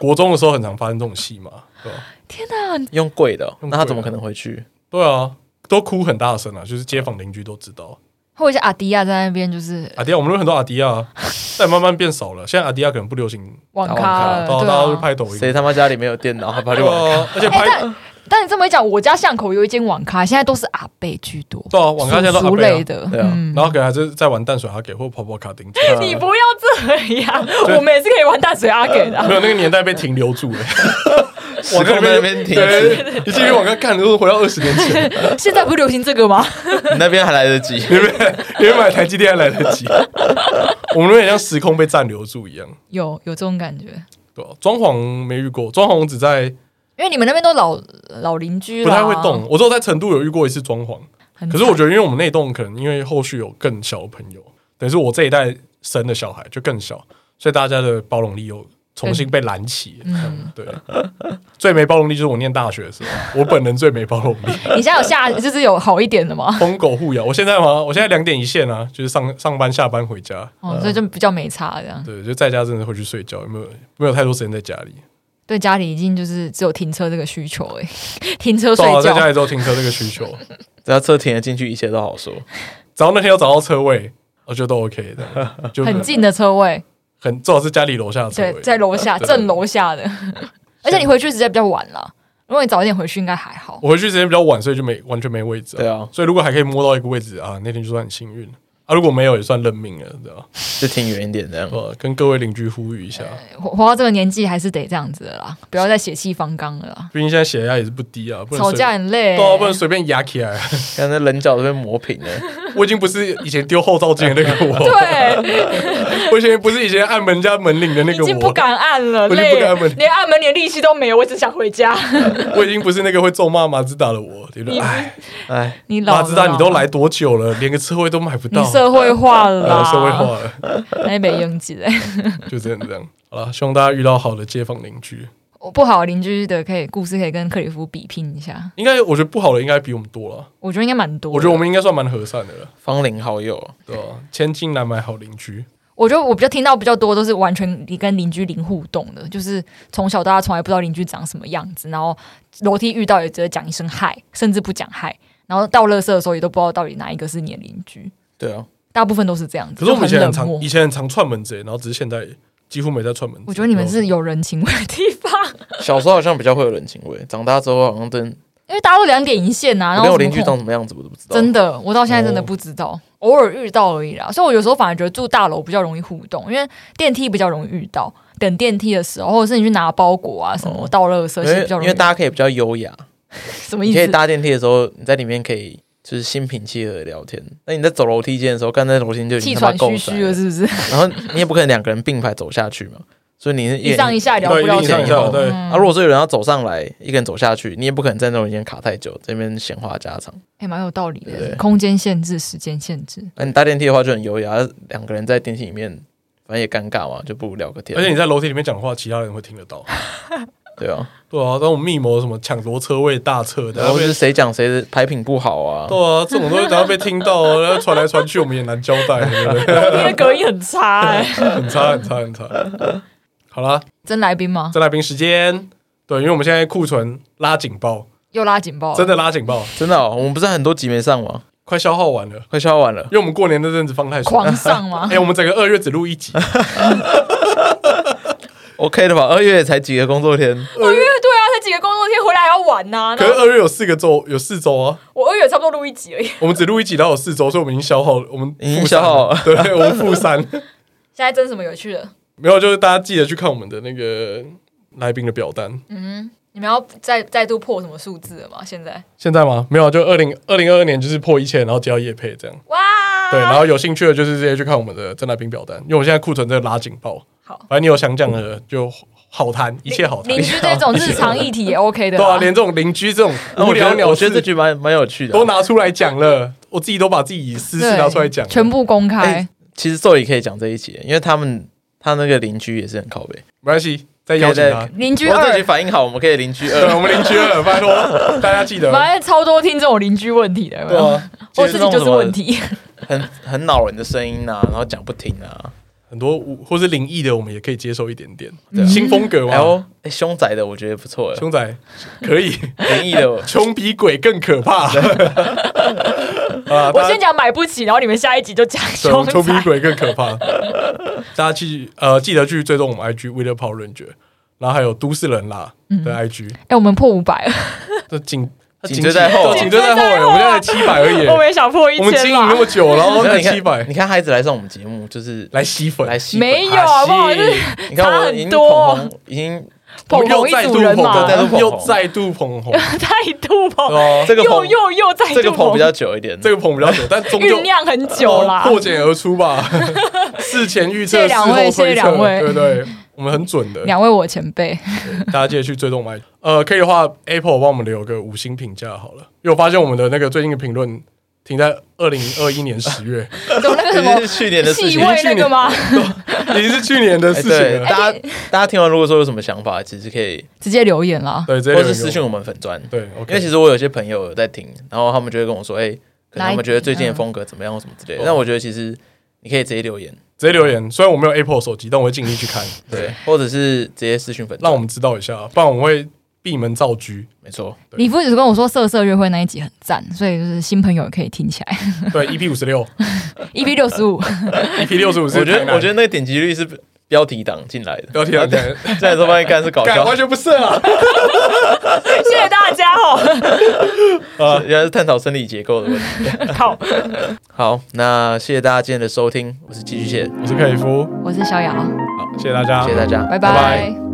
国中的时候很常发生这种戏嘛，对吧、
天哪！
用贵的哦、
用贵
那
的
他怎么可能回去？
对啊，都哭很大声啊，就是街坊邻居都知道。
或者是阿迪亚在那边就是
阿迪亚，我们有很多阿迪亚啊，但慢慢变少了。现在阿迪啊亚可能不流行
网
打网
咖
咖
啊，
了，
到大家都
对
去
啊。
拍抖音。
谁他妈家里没有电脑，还跑去
对
玩？
啊，而且拍
哎但你这么一讲，我家巷口有一间网咖，现在都是阿贝居多，
对啊，网咖现在都
叔
阿
叔
贝啊
类的，
对啊
嗯，
然后可能还是在玩淡水阿给或跑跑卡 丁车，啊
你 不要这
啊
样，我们也是可以玩淡水阿给的啊。
没有那个年代被停留 住了。
时空在那边停止，
对，你进去网咖看，都是回到二十年 前，
现在不是流行这个吗？
你那边还来得及。
因为因为买台积电还来得及。我们有点像时空被暂留住一样，
有有这种感觉，
对吧、装潢没遇过，装潢我只在
因为你们那边都老老邻居
不
啦
太会动。，我只有在成都有遇过一次装潢，
很
可是我觉得，因为我们那一栋可能因为后续有更小的朋友，等于是我这一代生的小孩就更小，所以大家的包容力又重新被燃起。嗯，对。 最没包容力就是我念大学的时候，我本人最没包容力，
你现在有 下就是有好一点的吗？
疯狗互咬。我现在嘛，我现在两点一线啊，就是上上班、下班、回家。
哦，所以就比较没差这样。
对，就在家真的会去睡觉，没有没有太多时间在家里。
对家里已经就是只有停车这个需求哎， 停车睡
到啊了在家
觉。
里之后停车这个需求，
只要车停了进去，一切都好说。
只要那天有找到车位，我觉得都 OK 的，就
很近的车位，
很最好是家里楼下的车
对
位，。
在楼 下
对
正楼下的， 而且你回去时间比较晚了。如果你早一点回去，应该还好。
我回去时间比较晚，所以就没完全没位置、
对啊
所以如果还可以摸到一个位置啊，那天就算很幸运啊。如果没有，也算认命了，对吧、
就停远一点这样。
呃，跟各位邻居呼吁一下，
活活到这个年纪还是得这样子的啦，不要再血气方刚了啦。
毕竟现在血压也是不低啊，不能
吵
随
架很累、
对啊，不能随便压起来。
刚才棱角都被磨平了，
我已经不是以前丢后照镜的那个我，
对，
我以前不是以前按门家门铃啊 的那
已
个
经不
我，
敢按了，
我已经
累
不敢按
了
门，
连按门连力气都没有，我只想回 家。
我已经不是那个会咒骂马自达的我，对不对？
你
哎，
哎，
你老
马
了
自达你都来，多久了，连个车位都买不
你
到，
社会化了
呃
啦，
社会化了，
那北英籍的，
就真的这样。好了，希望大家遇到好的街坊邻居。
我不好邻居的可以故事可以跟克里夫比拼一下，
应该我觉得不好的应该比我们多了，
我觉得应该蛮多的。
我觉得我们应该算蛮和善的了，
芳龄好友，
对吧？千金难买好邻居，
我觉得我比较听到比较多都是完全你跟邻居零互动的，就是从小到大从来不知道邻居长什么样子，然后楼梯遇到也只会讲一声嗨，甚至不讲嗨，然后到垃圾的时候也都不知道到底哪一个是你的邻居，
对啊，
大部分都是这样子，
可是我们以
就
前很
很冷
常
漠
以。前很常串门子欸，然后只是现在几乎没在串门子。啊
我觉得你们是有人情味的地方，
小时候好像比较会有人情味，长大之后好像真
因为大家都两点一线呐、啊，然
我连
后
我邻居
什么
长什么样子我都不知道，
真的，我到现在真的
哦
不知道，偶尔遇到而已啦。所以我有时候反而觉得住大楼比较容易互动，因为电梯比较容易遇到。等电梯的时候，或者是你去拿包裹啊什么
哦
倒垃圾，
因
其实
为
比较
因
容易。
为大家可以比较优雅，
什么意
你
思？
可以搭电梯的时候，你在里面可以就是心平气和的聊天，那你在走楼梯间的时候，刚才楼梯间就已
气
经他
喘
妈够
吁吁了，
塞，
是不是？
然后你也不可能两个人并排走下去嘛，所以你是
一上一下聊
对
不
一
了
定
一
解
上
上
一
一
下
下
对，
嗯
啊，如果说有人要走上来，一个人走下去，你也不可能在那种间卡太久，这边闲话家常。
也哎蛮有道理
对
的。空间限制，时间限制，
那、你搭电梯的话就很优雅，两个人在电梯里面，反正也尴尬嘛，就不如聊个天。
而且你在楼梯里面讲话，其他人会听得到。
对啊，
对啊，那种密谋什么抢夺车位大撤的，
然
然后
后
被
是谁讲谁的牌品不好啊？
对啊，这种东西等下被听到啊，然后传来传去，我们也难交代，对不 对
因为隔音很差哎、
很差很差很差。好啦，
真来宾吗？
郑来宾时间，对，因为我们现在库存拉警报，
又拉警报了，
真的拉警报，
真的、哦，我们不是很多集没上吗？
快消耗完了，
快消完了
因，为我们过 年那阵子放太爽了。
狂上吗
哎、？我们整个二月只录一集，
OK 的吧？二月才几个工作天，
二月对啊，才几个工作天回来还要玩呐、
可
然
是
后
二月有四个周，有四周啊，
我二月差不多录一集而已，
我们只录一集，然后有四周，所以我们已经消耗了，我们
已经
负
消
三
耗了
对，我们负三，
现在真什么有趣的？
没有，就是大家记得去看我们的那个来宾的表单。
你们要再再度破什么数字了吗？现在
现在吗？没有啊，就二零二零二二年就是破一千，然后接到叶配这样。
哇，
对，然后有兴趣的就是直接去看我们的真来宾表单，因为我现在库存在拉警报。
好，
反正你有想讲的就好谈，一切好谈
邻。居这种日常 议题也 OK 的
对
啦，
啊，连这种邻居这种
那
无
我觉
聊
得
鸟
我觉得这
事
局蛮蛮有趣的啊、
都拿出来讲了，我自己都把自己私事
对
拿出来讲了，
全部公开
哎。其实这里可以讲这一集，因为他们他那个邻居也是很靠北。
没关系，再邀请他。
邻居
我这集
二，
反应好，我们可以邻居
对，
二。
呃我们邻居了，拜托大家记得。
反正超多听这种邻居问题的，有没
对
有？
啊，
我自己就是问题，
很很恼人的声音呐、然后讲不停啊。
很多舞或是灵异的，我们也可以接受一点点
嗯
对啊
新风格
哎
嘛。
呦，哎凶宅的我觉得不错，
熊仔可以，
灵 异的我
穷比鬼更可怕啊！
我
大家
先讲买不起，然后你们下一集就讲
对
凶
穷比
宅。
鬼更可怕。大家去呃，记得去追踪我们 IG w i l l Power Ranger，然后还有都市人啦的 IG，
哎，我们破五百了，
这紧
紧追在后
紧追在后哎，我们现在七百而已
我
欸，
也想破一
我们经
千
营那
啦。
么久，然
你
后
看
才
你看
七百
你看孩子来上我们节目，就是
来吸粉，
来吸粉
没有
啊
好不好？
吸
就是
你看
差
我
很
已经
多
捧红，已经
我
捧
们又
红
再
一
度
组人
捧
嘛
红，，
再度捧红
又 再度捧红，
太度
对
哦
捧，
吧
这个
又
捧
又又再
这个
度
捧
捧
比，较久一点，
这个捧比较久，但终究
酝酿很久啦。
呃破茧而出吧。 事前预测，事
谢谢两
后
位
推测，
谢谢两位
对不对？我们很准的，
两位我前辈，
大家记得去追踪我们。呃，可以的话，Apple 帮我们留个五星评价好了，因为我发现我们的那个最近的评论停在二零二一年十 月，
走那个什
已经
么
是去年的事
气
情。
味那个吗？
已经是去年的
哎
事情
对，
了。
大家大家听完如果说有什么想法，其实可以
直接留言啦。
对，直接
或
留
是
言
私
给
信
我
我们粉砖，
对
因为
，OK，
其实我有些朋友有在听，然后他们就会跟我说，哎，可能他们觉得最近的风格怎么样什么之类的。
嗯
但我觉得其实你可以直接留言，
直接留言。虽然我没有 Apple 手机，但我会尽力去看，
对，或者是直接私信粉
嗯让
砖，
我们知道一下，不然我们会闭门造车。
没错。
对
你父子跟我说色色约会那一集很赞，所以就是新朋友也可以听起来。
对，EP 五十 六
EP 六十五，
，EP 六十五是
我觉得我觉得
得
那个点击率是标题党进来的，
聊天聊天，
进来之后发现干是搞
干
笑，
完全不是啊。
谢谢大家哦。
原来是探讨生理结构的问题。
靠，
好，那谢谢大家今 天的收听，我是寄居蟹，
我是克里夫，
我是逍遥，
好，谢谢大家，
谢谢大家，
拜
拜拜
拜